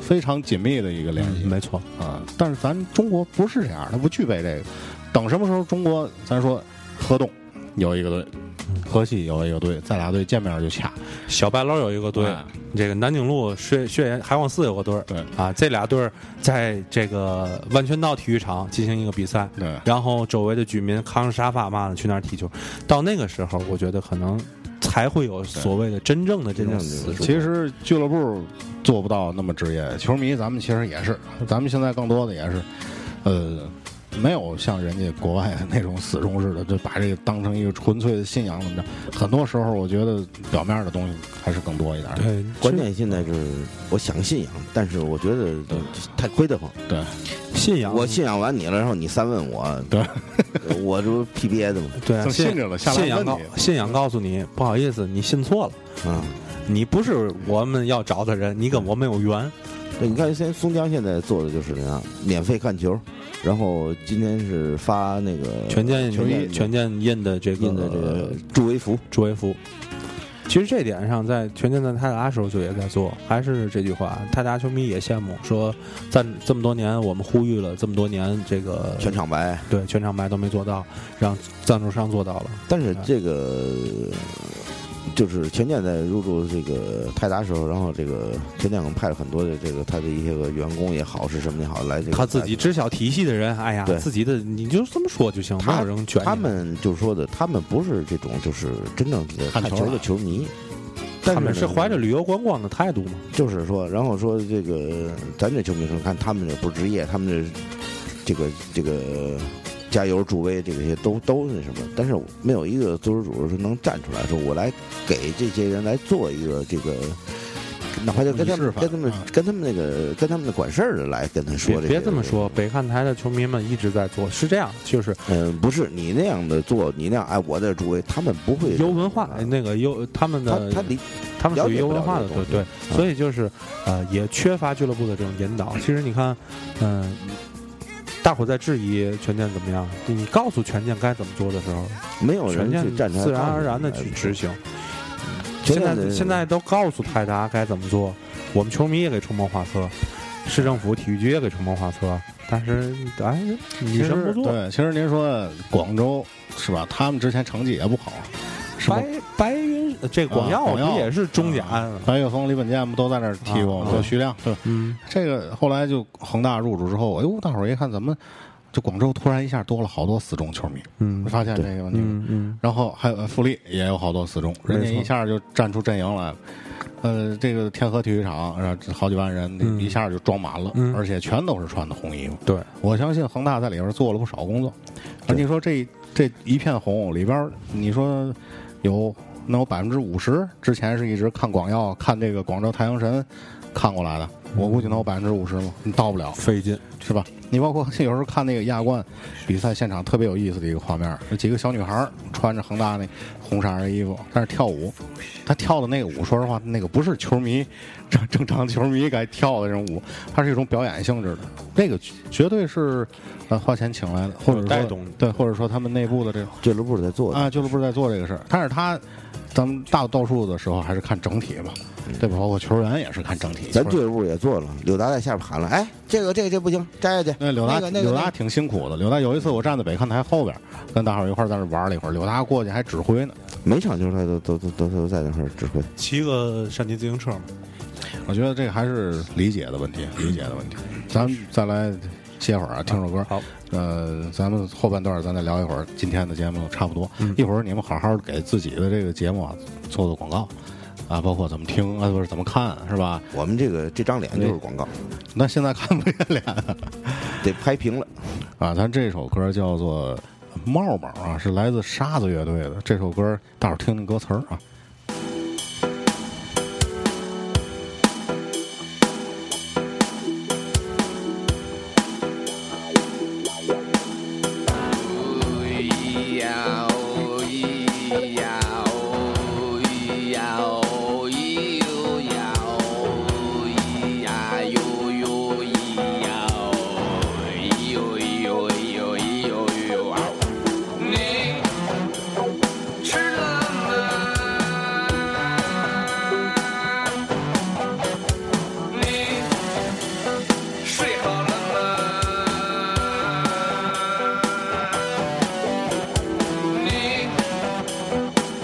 非常紧密的一个联系。
嗯没错，
啊，但是咱中国不是这样，它不具备这个。等什么时候中国，咱说河东有一个队，河西有一个队，咱俩队见面就掐。
小白楼有一个队，
哎
这个南京路血血岩海网寺有个队儿，
对
啊，这俩队儿在这个万全道体育场进行一个比赛，
对
然后周围的居民扛着沙发嘛的去那儿踢球，到那个时候，我觉得可能才会有所谓的真正的这种
真正
死
的
忠。
其实俱乐部做不到那么职业，球迷咱们其实也是，咱们现在更多的也是，呃，没有像人家国外的那种死忠似的，就把这个当成一个纯粹的信仰怎么着。很多时候，我觉得表面的东西还是更多一点儿。
对，
关键现在是我想信仰，但是我觉得太亏得慌。
对，
信仰
我信仰完你了，然后你三问我，
对，
我这不 PBA 的吗？
对啊
怎么
信
信着了下来
信仰
问
告
你
信仰告诉你，不好意思，你信错了，
嗯，
你不是我们要找的人，你跟我没有缘。
对，你看现在松江现在做的就是这样，免费看球，然后今天是发那个
全健
全健
全健印的这个
印的这个呃助威服，
朱维福。其实这点上，在全健在泰达的时候就也在做，还是这句话，泰达球迷也羡慕，说在这么多年，我们呼吁了这么多年，这个
全场白。
对全场白都没做到，让赞助商做到了。
但是这个就是全健在入驻这个泰达时候，然后这个全健派了很多的这个他的一些个员工也好是什么也好来这个
他自己知晓体系的人，哎呀
对，
自己的你就这么说就行，没
他
有人卷你
他们就说的，他们不是这种就是真正的
看
看
球
球
的
的球迷，但
他们是
呢
怀着旅游观光的态度嘛？
就是说，然后说这个咱这球迷说，看他们这不是职业，他们这这个这个加油助威这个些都都那什么，但是没有一个足球主是能站出来说，我来给这些人来做一个这个。哪怕就跟他
你示
们、
范
跟他们
啊、
跟他们那个、跟他们的管事儿的来跟他说
别
这个。
别这么说，北看台的球迷们一直在做，是这样，就是
嗯，不是你那样的做，你那样哎，我在助威，他们不会
游文化
啊
哎那个游他们
他
的
他理
他们属于
了解
游
不
文
了
化的，
这个
对
东西
对，所以就是呃，也缺乏俱乐部的这种引导。其实你看，嗯、大伙在质疑权健怎么样，你告诉权健该怎么做的时候，
没有
权
人
健
去站出来，
自然而然的去执。行。现
全健
在
的
现在都告诉泰达该怎么做，我们球迷也给出谋划策，市政府体育局也给出谋划策，但是哎，
其
你什
实
么不做？
对，其实您说广州是吧？他们之前成绩也不好，是吧
白？白云呃这广
啊
药
广药
不也是中甲？
白岳峰、李本健不都在那儿踢过吗？
啊
就徐亮，对，
嗯，
这个后来就恒大入主之后，哎呦，大伙儿一看，怎么就广州突然一下多了好多死忠球迷？
嗯
你发现这个问题吗？
嗯嗯，
然后还有呃富力也有好多死忠，
没错
人家一下就站出阵营来了。呃，这个天河体育场，然后这好几万人，
嗯
一下就装满了，
嗯
而且全都是穿的红衣服。
对，
我相信恒大在里边做了不少工作。而你说这这一片红里边，你说有能有百分之五十之前是一直看广药、看这个广州太阳神看过来的，我估计能有百分之五十吗？你到不了，
费劲。
是吧？你包括有时候看那个亚冠比赛现场特别有意思的一个画面，有几个小女孩儿穿着恒大那红色儿的衣服，在那跳舞。她跳的那个舞，说实话，那个不是球迷正正常球迷该跳的这种舞，它是一种表演性质的。那个绝对是呃花钱请来的，或者说
带动的
对，或者说他们内部的这种
俱乐部在做的
啊，俱乐部在做这个事儿。但是他咱们大多数的时候还是看整体吧，
嗯
对吧？包括球员也是看整体。
咱
球
俱乐部也做了，柳达在下边喊了，哎，这个这个这不行，摘下去。
那柳达、
那个那个
柳
那
达
个
挺辛苦的。柳达有一次我站在北看台后边，跟大伙儿一块儿在那玩了一会儿，柳达过去还指挥呢。
每场球他都都都都都在那块儿指挥。
骑个山地自行车嘛，
我觉得这还是理解的问题，理解的问题。咱们再来歇会儿啊，听首歌。
好，
呃，咱们后半段咱再聊一会儿，今天的节目差不多。
嗯
一会儿你们好好给自己的这个节目啊做做广告。啊，包括怎么听啊，不是怎么看，是吧？
我们这个这张脸就是广告，
那现在看不见脸
得拍平了。
*laughs* 啊。咱这首歌叫做《帽帽》啊，是来自沙子乐队的。这首歌大伙儿听听歌词儿啊。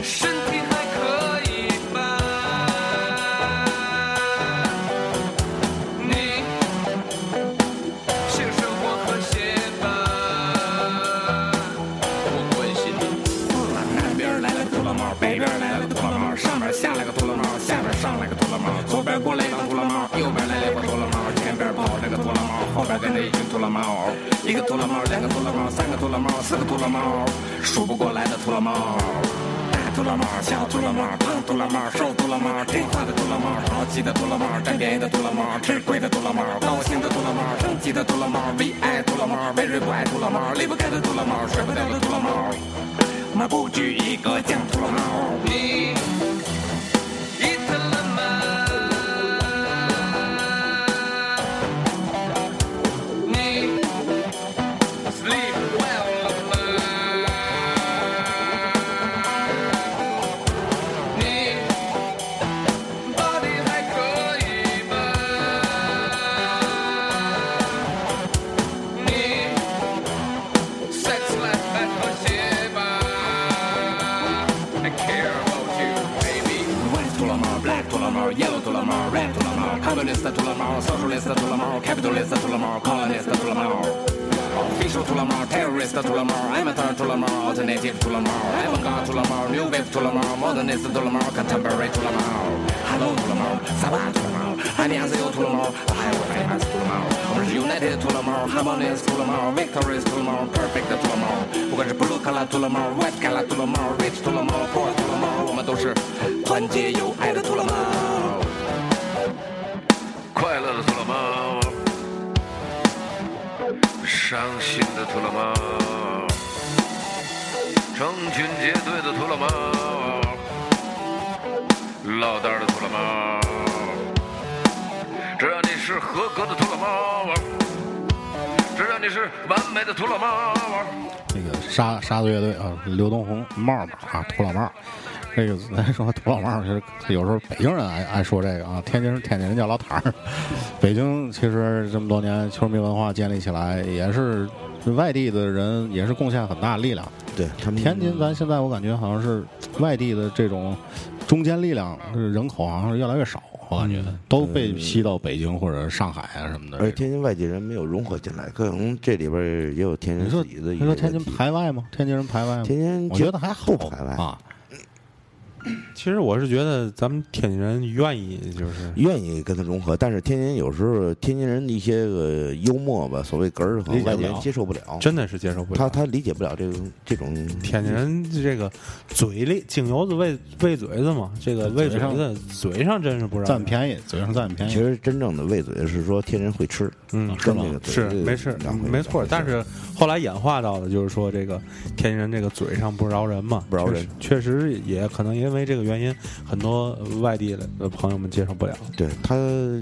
身体还可以吧？你性生活和谐吧？我关心你。南边来了个土老帽，北边来了个土老帽，上边下来个土老帽，下边上来个土老帽，左边过来一帮土老帽，右边来了一帮土老帽，前边跑着个土老帽，后边跟着一群土老帽，一个哎土老帽，两个土老帽，三个土老帽，四个土老帽，数不过来的土老帽。大杜拉玛，想杜拉玛，胖杜拉玛，瘦杜拉玛，听话的杜拉玛，淘气的杜拉玛，占便宜的杜拉玛，吃亏的杜拉玛，高兴的杜拉玛，升级的杜拉玛，为爱杜拉玛，为人不爱杜拉玛，离不开的杜拉玛，甩不掉的杜拉玛，马不举一个将杜拉玛。White Tulamar, black Tulamar, yellow Tulamar, red Tulamar, communist Tulamar, socialist Tulamar, capitalist Tulamar, colonist Tulamar. Official Tulamar, terrorist Tulamar, amateur Tulamar, alternative Tulamar, avant-garde Tulamar, new wave Tulamar, modernist Tulamar, contemporary Tulamar. Hello Tulamar, Sabah Tulamar, 안녕하세요 Tulamar, Ohio famous Tulamar, united Tulamar, harmonious Tulamar, victorious Tulamar, perfect Tulamar. 不管是 blue color Tulamar, white color Tulamar, rich Tulamar, poor Tulamar，我们都是团结友爱的 Tulamar。
快乐的杜拉玛，伤心的杜拉玛，成群结队的杜拉玛，落单的杜拉玛。只要你是合格的杜拉玛，只要你是完美的杜拉玛。
那个沙沙子乐队啊，刘东红帽帽啊，土老帽。这个咱说土老帽，其实有时候北京人爱爱说这个啊，天津人天津人叫老坛儿。北京其实这么多年球迷文化建立起来，也是外地的人也是贡献很大力量。
对他们
天津，咱现在我感觉好像是外地的这种中坚力量人口好像是越来越少，我感觉都被吸到北京或者上海啊什么的。
而天津外地人没有融合进来，可能这里边儿也有天津
你说
自己的
你
一
说
个
天津
问题
排外吗？天津人排
嗯
外吗？
天津
我觉得还好
不排外
啊。
其实我是觉得咱们天津人愿意就是
愿意跟他融合，但是天津有时候天津人的一些个幽默吧，所谓哏儿，可能
理解不了
外地人接受不了，
真的是接受不了。
他他理解不了这种这种
天津人这个嘴里精油子喂喂嘴子嘛，这个喂嘴子嘴上真是不让
占便宜，嘴上占便
其
宜。
实真正的喂嘴是说天津人会吃，
嗯
跟这个嘴
是没事嗯
两回
没错，但是后来演化到的就是说这个天津人这个嘴上不饶人嘛，
不饶人
确实，确实也可能因为这个原因，很多外地的朋友们接受不了。
对他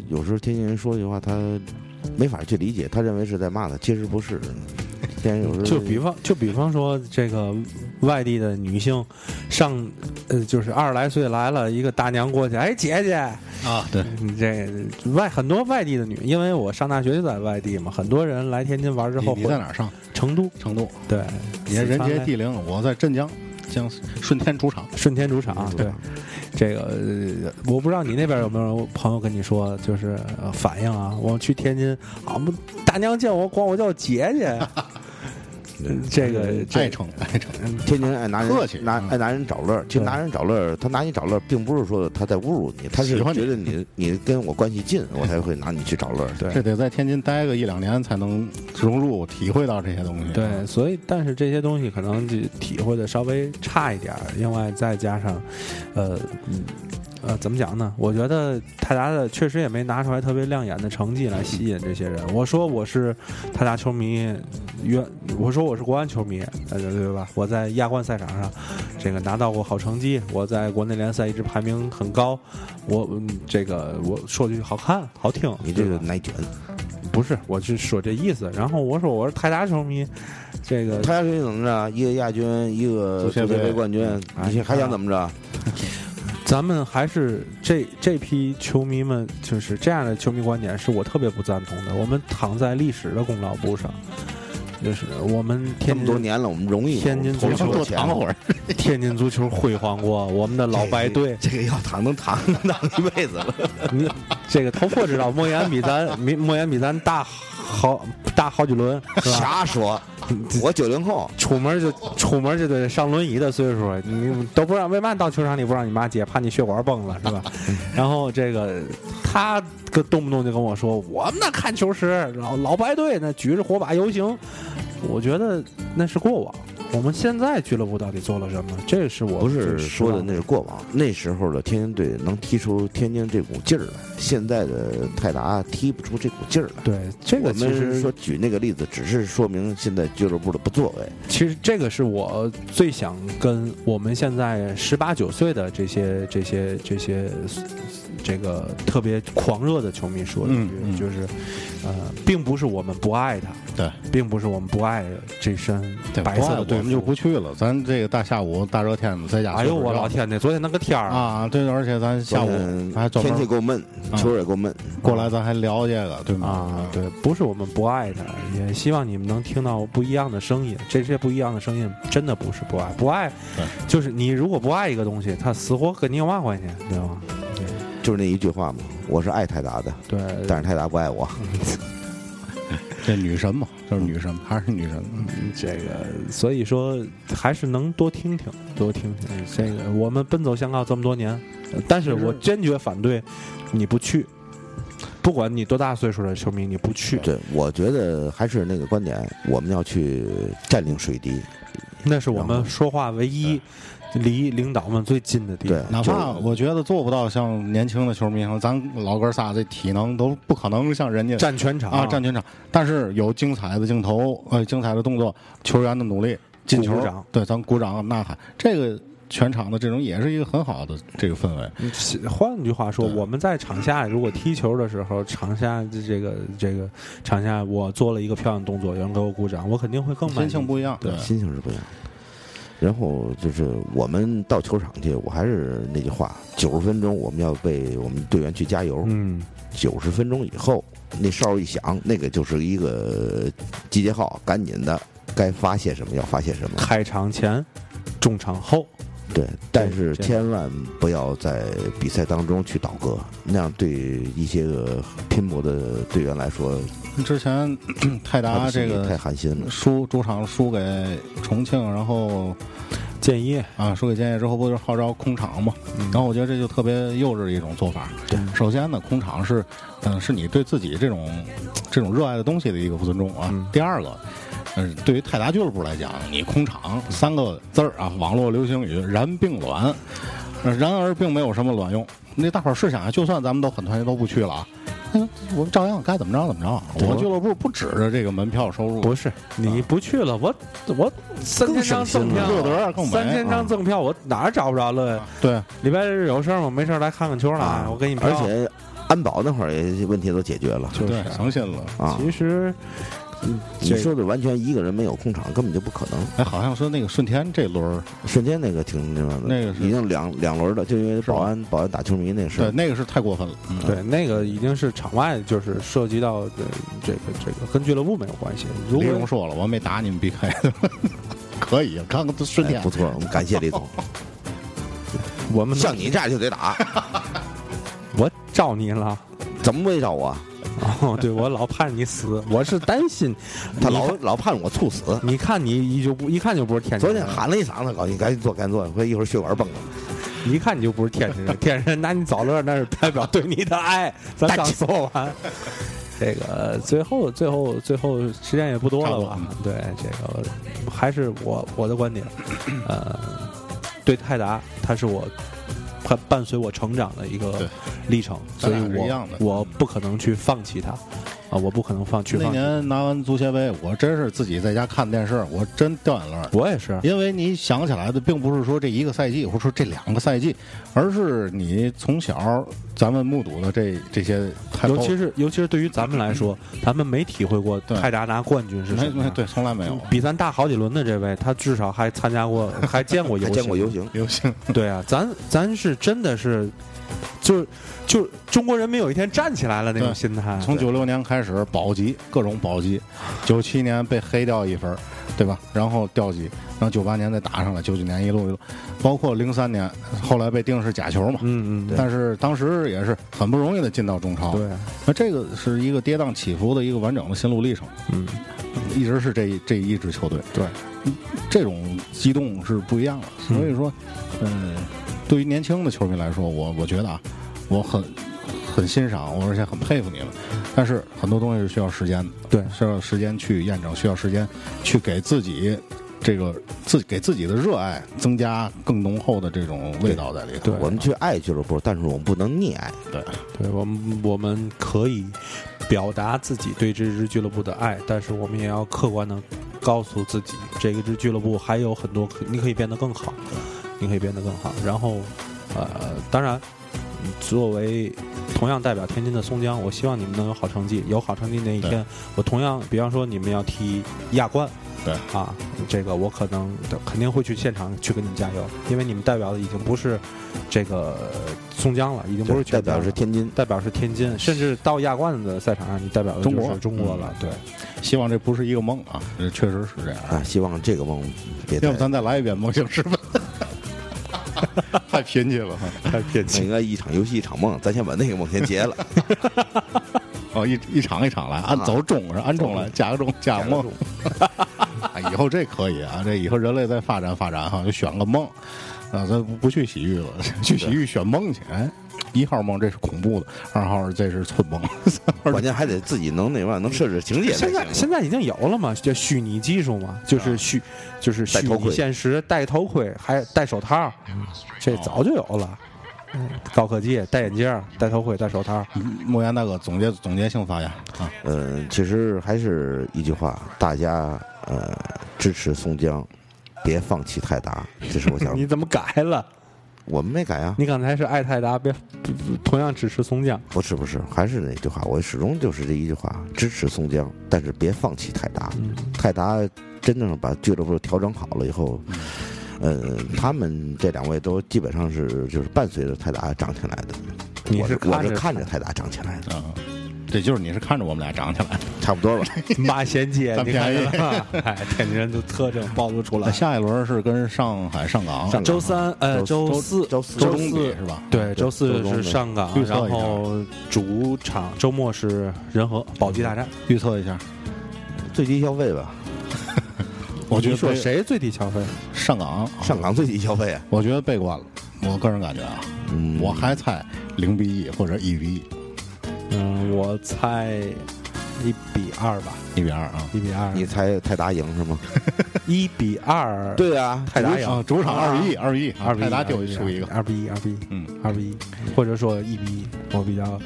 有时候天津人说句话，他没法去理解，他认为是在骂他，其实不是。天津人有时候
就比方就比方说，这个外地的女性上，呃，就是二十来岁来了一个大娘过去，哎，姐姐，
啊，对，
你这外很多外地的女，因为我上大学就在外地嘛，很多人来天津玩之
你
后
你在哪儿上？
成都，
成都，
对，
你人
四
杰
川
地灵，我在镇江，江顺天主场。
顺天主场，
嗯
对，这个呃我不知道你那边有没有朋友跟你说，就是呃反映啊，我去天津，啊，不大娘见我管我叫姐
*laughs*
姐，嗯这个
爱
这
称爱称，
天津人爱拿人
客气
拿
嗯
爱拿人找乐儿，其实拿人找乐儿，他拿你找乐儿，并不是说他在侮辱你，他是
喜欢你
觉得你你跟我关系近，我才会拿你去找乐儿。对
这得在天津待个一两年才能融入、体会到这些东西。
对，所以但是这些东西可能就体会的稍微差一点儿，另外再加上，呃，嗯呃，怎么讲呢？我觉得泰达的确实也没拿出来特别亮眼的成绩来吸引这些人。我说我是泰达球迷，原我说我是国安球迷，呃，对吧？我在亚冠赛场上这个拿到过好成绩，我在国内联赛一直排名很高，我嗯这个我说句好看好听，
你这
对
个
吧
奶卷，
不是，我是说这意思。然后我说我是泰达球迷，这个
他家谁怎么着？一个亚军，一个
足
足
协
协
杯
杯冠军，你还想怎么着？
咱们还是这这批球迷们，就是这样的球迷观点，是我特别不赞同的。我们躺在历史的功劳簿上，就是我们
这
天津
么多年了，我们容易吗
天津
我们
足球
投入
多
钱
躺会儿，
天津足球辉煌过，我们的老白
*laughs*
队，
这个要躺能躺 *laughs* 躺一辈子了。
你这个头破知道，莫言比咱比莫言比咱大好大好几轮，是吧？
瞎说，我九零后，
出门就出门就得上轮椅的岁数，你都不让为嘛到球场里不让你妈接，怕你血管崩了是吧？
嗯
然后这个他个动不动就跟我说，我们那看球时老老白队那举着火把游行，我觉得那是过往，我们现在俱乐部到底做了什么？这是我
不是
最
说的
失望
那是过往，那时候的天津队能踢出天津这股劲儿来，现在的泰达踢不出这股劲儿来。
对这个
我
其
们
实
说举那个例子，只是说明现在俱乐部的不作为。
其实这个是我最想跟我们现在十八九岁的这些这些这些这个特别狂热的球迷说的一
嗯
句，
嗯
就是呃，并不是我们不爱他，
对，
并不是我们不爱这身
对
白色的
不爱
队
我
服
们就不去了。咱这个大下午大热天的在家
哎
睡
呦
会儿觉，
我老天呐，昨天那个天儿啊，
啊！对，而且咱下午
嗯
还专
天气
门
够闷，球也够闷。
过来，咱还聊这个，对吗？
啊，对，不是我们不爱他，也希望你们能听到不一样的声音。这些不一样的声音真的不是不爱，不爱
对
就是你如果不爱一个东西，它死活跟你有嘛关系，对吗？
就是那一句话嘛，我是爱泰达的，
对，
但是泰达不爱我。
这女神嘛，就是女神，还是女神。嗯
这个，所以说还是能多听听，多听听。这个我们奔走相告这么多年，呃但是我坚决反对你不去，不管你多大岁数的球迷，你不去，
对，我觉得还是那个观点，我们要去占领水滴。
那是我们说话唯一离领导们最近的地
对
方。，
哪怕
就是
我觉得做不到像年轻的球迷，咱老哥仨这体能都不可能像人家
占全场
啊占全场，但是有精彩的镜头，呃，精彩的动作，球员的努力，进球
鼓掌，
对，咱鼓掌呐喊，这个全场的这种也是一个很好的这个氛围。
换句话说，我们在场下如果踢球的时候，场下这这个这个场下我做了一个漂亮动作，有人给我鼓掌，我肯定会更满
心
意。
情不一样，
嗯
对
心情是不一样的。然后就是我们到球场去，我还是那句话，九十分钟我们要为我们队员去加油。
嗯，
九十分钟以后，那哨一响，那个就是一个集结号，赶紧的，该发泄什么要发泄什么。
开场前、中场后，
对，但
对
是
这
千万不要在比赛当中去倒戈，那样对一些个拼搏的队员来说，
之前 *clears throat* 泰
他
达
的
这
心里太
个
寒心了。
输主场输给重庆，然后
建议
啊输给建业之后，不就是号召空场嘛？然后我觉得这就特别幼稚的一种做法。
嗯对
首先呢，空场是嗯、是你对自己这种这种热爱的东西的一个不尊重啊。第二个。嗯，对于泰达俱乐部来讲，你空场
嗯
三个字儿啊，网络流行语“然并卵”，呃然而并没有什么卵用。那大伙儿试想啊，就算咱们都很团结都不去了啊，嗯，我们照样该怎么着怎么着。我俱乐部不指着这个门票收入，
不是你不去了，我我啊三千张
更省心
赠票，
了乐得更美
三千
啊
张赠票，我哪儿找不着了？
对，
礼拜日有事儿吗？没事儿来看看球来，我给你票。
啊而且安保那会儿也问题都解决了
对，省心了。
啊。
其实
你说的完全一个人没有空场根本就不可能。
哎，好像说那个顺天这轮儿，
瞬间那个挺那什么的，
那个是
已经两两轮了，就因为保安保安打球迷那个事
对，
儿。
那个是太过分了。嗯，
对，那个已经是场外，就是涉及到的这个这个跟俱乐部没有关系。如
李总
果
说了， *laughs* 我没打你们 BK，可 *laughs* 以看看顺
哎
天
不。错，我们感谢
*laughs*
李总，
我们能
像你这样就
*laughs*
得打，
我罩你了， *laughs*
怎么没找我？啊
哦，对我老盼你死，我是担心
他
你
老
看
老盼我猝死。
你看你一就不一看就不是天津
昨
人，
天喊了一嗓子，告诉你赶紧做，赶紧做，回一会儿血管崩了。
一看你就不是
*laughs*
天津人，天津人拿你找乐，那是代表对你的爱。咱刚说完，这个最后最后最后时间也不多了吧
差不？
对，这个还是我我的
*laughs*
观点，呃，对泰达，它是我伴伴随我成长的一个
对
历程，所
咱
以
俩是一样
我
的
我不可能去放弃它啊，我不可能放去
那
放弃。
年拿完足协杯，我真是自己在家看电视，我真掉眼泪儿。
我也是，
因为你想起来的并不是说这一个赛季，或者说这两个赛季，而是你从小咱们目睹的这这些太
尤
后，
其是尤其是对于咱们
*laughs*
来说，咱们没体会过
对
泰达拿冠军是什嗯
没
么
没
样。
对，从来没有
比咱大好几轮的这位，他至少还参加过，还见过游
还
戏，
见过游。行，
流行。
对啊，咱咱是真的是，就就中国人民有一天站起来了那种
对
心态。
从九六年开始保级，各种保
*laughs*
级，九七年被黑掉一分儿，对吧？然后掉级，然后九八年再打上来，九九年一路一路，包括零三年，后来被定是假球嘛。
嗯嗯对
但是当时也是很不容易的进到中超，
对，
那这个是一个跌宕起伏的一个完整的心路历程，
嗯
一直是这这一支球队，
对，
这种激动是不一样的。
嗯
所以说，嗯，对于年轻的球迷来说，我我觉得啊，我很很欣赏，我而且很佩服你们。但是很多东西是需要时间的，
对
需要时间去验证，需要时间去给自己这个自己给自己的热爱增加更浓厚的这种味道在里头。
对
我们去爱俱乐部，但是我们不能溺爱。
对
对我们，我们可以表达自己对这支俱乐部的爱，但是我们也要客观的告诉自己，这个支俱乐部还有很多可，你可以变得更好，你可以变得更好。然后，呃，当然，嗯作为同样代表天津的松江，我希望你们能有好成绩。有好成绩那一天，我同样，比方说你们要踢亚冠，
对
啊，这个我可能呃肯定会去现场去给你们加油，因为你们代表的已经不是这个松江了，已经不是
代
全
表
江
是
了
天津，
代表是天津，甚至到亚冠的赛场上，你代表的
中
就
国
是中国嗯了。对，
希望这不是一个梦啊，这确实是这样。
啊，希望这个梦别
要
再
不咱再来一遍《梦醒时 *laughs* 分》，太贫瘠了。
太偏
那。应该一场游戏一场梦，咱先把那个梦先结了。
哦，一一场一场来，按走钟是按钟来，加个钟啊加个梦。 *laughs* 啊以后这可以啊，这以后人类再发展发展哈，就选个梦。啊，咱不不去洗浴了， *laughs* 去洗浴选梦去。哎，一号梦这是恐怖的，二号这是春梦， *laughs* 三号
关键还得自己能那什么，能设置情节才
*laughs* 现 *laughs* 在
行。
现在已经有了嘛，叫虚拟技术嘛，就是虚，就是虚
戴头
拟
盔
现实，戴头盔，还戴手套，这早就有了。嗯高科技，戴眼镜，戴头盔，戴手套，
莫言大哥总结总结性发言啊，
嗯，其实还是一句话，大家呃支持松江，别放弃泰达，这是我想
*laughs* *laughs* 你。怎么改了？
我们没改啊，
你刚才是爱泰达，别同样支持松江。
不是不是，还是那句话，我始终就是这一句话，支持松江，但是别放弃泰达。
嗯
泰达真正把俱乐部调整好了以后，
嗯
呃，他们这两位都基本上是就是伴随着泰达长起来的。
你
我
是
是我
看着
看着泰达长起来的，
嗯，这就是你是看着我们俩长起来的。
差不多吧。
马衔 *laughs* 接，
咱
你看
便宜
见了吗， *laughs* 哎，天津人的特征暴露出来
那
了。
下一轮是跟上海上港，
周三呃
周
周四
周四
周
周
中比
四
是吧？
对，周四
周中
是上港
预，测
然
一下
后主场周末是仁和宝鸡大战。
预测一下，
最低消费吧，
我觉
你
得
说
被
谁最低消费？
上港，
上港最低消费啊。
我觉得被关了。我个人感觉啊，
嗯
我还猜零比一或者一比一、
嗯，我猜一比二吧，
一比二啊。
一比二，
你猜泰达赢
*laughs*
是吗？
一比二，，
对啊，
泰达
啊
赢，，
主场二比一，二比一，啊
二比一
泰达丢一输一个。
二比一，二比一，
嗯，
二比一，或者说一比一，我比较，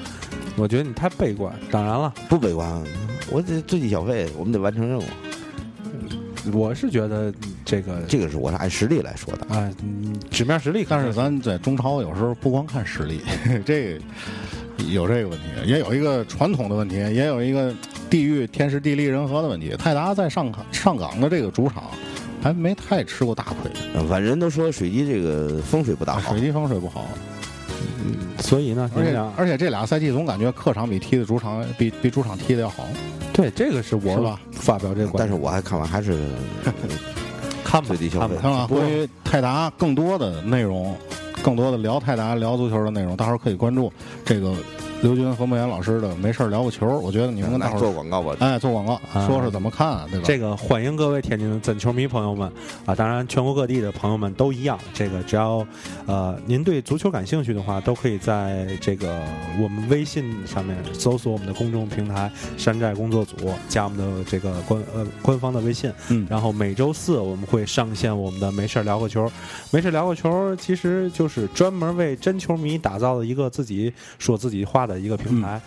我觉得你太悲观。当然了，
不悲观，我得最低消费，我们得完成任务。
我是觉得这个
这个是我是按实力来说的。
啊，嗯纸面实力可
但
能，
是咱在中超有时候不光看实力， *laughs* 这有这个问题，也有一个传统的问题，也有一个地域天时地利人和的问题。泰达在上港上港的这个主场还没太吃过大亏，
呃反正人都说水滴这个风水不大
啊
好
水，滴风水不好，
嗯所以呢，你
而且
俩
而且这俩赛季总感觉客场比踢的主场比比主场踢的要好。
对这个是
是
我
吧
发表这个观
嗯
点，
但是我还看完还是
看吧
最低消
看
费
吧
看了，
不过
啊关于泰达更多的内容，更多的聊泰达、聊足球的内容，大伙儿可以关注这个刘军和莫言老师的“没事儿聊个球”。我觉得 *laughs* 你们跟大
呃来
伙
做
儿
广告吧。
哎做广告，
啊
说说怎么看，对吧？
这个欢迎各位天津的真球迷朋友们啊，当然全国各地的朋友们都一样。这个只要呃您对足球感兴趣的话，都可以在这个我们微信上面搜索我们的公众平台“山寨工作组”，加我们的这个官呃官方的微信。
嗯
然后每周四我们会上线我们的“没事儿聊个球”，“没事儿聊个球”其实就是专门为真球迷打造的一个自己说自己话的一个平台。
嗯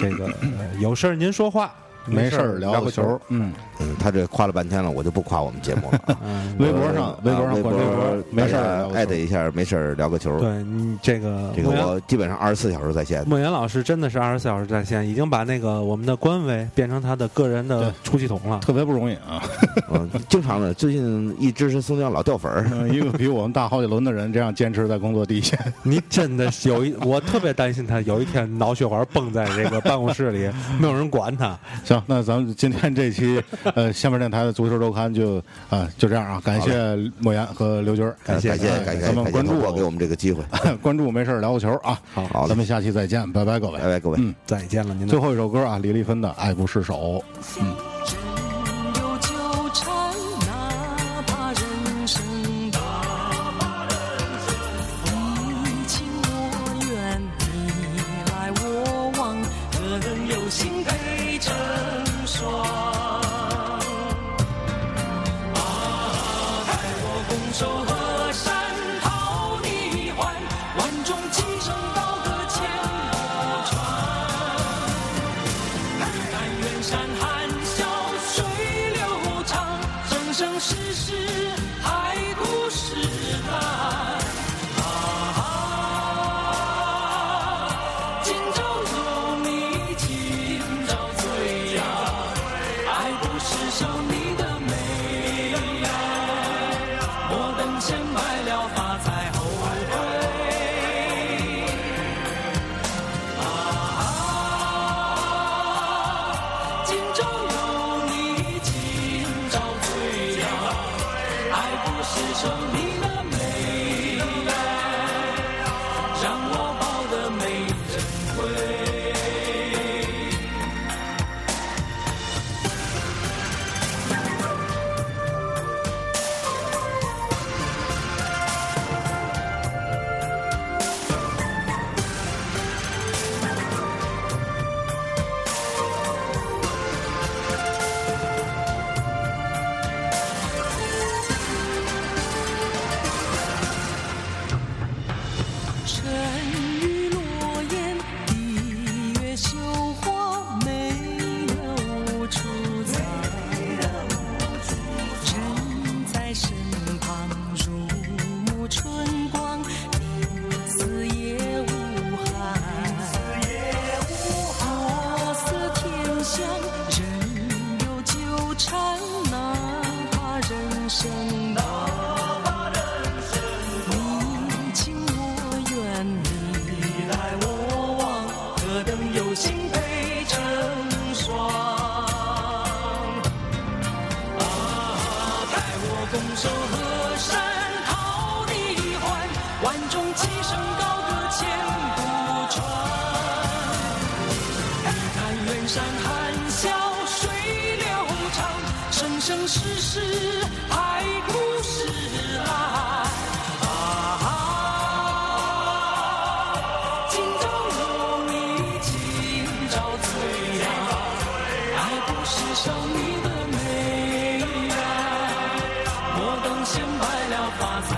这个、呃有事儿您说话。
没事
事
儿聊
个
个球。嗯，
嗯，他这夸了半天了，我就不夸我们节
*laughs*
目了。
微博上
呃
微博
啊
上
微
关注
博，
没事
大
儿
家
聊
艾
个球。
特一下，没事儿聊个球。
对你这个
这个
莫言
我基本上二十四小时
*laughs*
在线。
莫言老师真的是二十四小时在线，已经把那个我们的官微变成他的个人的
对
出气筒了。
特别不容易
*laughs*
啊！
嗯，经常的，最近一支持松江老掉粉儿。
嗯一个比我们大好几轮的人，这样坚持在工作第一线，
你真的是有一，我特别担心他有一天脑血管崩在这个办公室里，没有人管他。
行，那咱们今天这期呃，下面电台的足球周刊就啊、就这样啊，感谢莫言和刘军儿，
感呃谢感谢
哎
感谢
咱们
感谢
关注
我给我们这
*laughs*
个机会。
关注没事儿聊个球啊。
好嘞
咱们下期再见，拜拜各位。
拜拜各位。
嗯，
再见了，您的
最后一首歌啊，李丽芬的《爱不释手》。
人有纠缠，哪怕人生短，你情我愿，你来我往，何人有心配成双？啊，手河山讨你还，万众齐声高歌千古传。但愿山含笑，水流长，生生世世海枯石烂。啊，今朝有你，今朝醉呀，爱不是少你的美呀。莫等钱买了发财后悔。啊，今朝有你，今朝醉呀，爱不是剩你的美呀，让我抱得美人归。晨雨落雁，一月羞花没有处栽。人在身旁，如沐春光，一丝也无憾。国色天香，人有纠缠，哪怕人生难。你情我愿，你来我往，何等有幸配成双！啊，待我拱手和山讨你还，万众齐声高歌千古传。但愿山含笑，水流长，生生世世海枯石烂。啊，今朝有你，今朝醉呀，爱不是少你的美呀，莫等闲白了发财。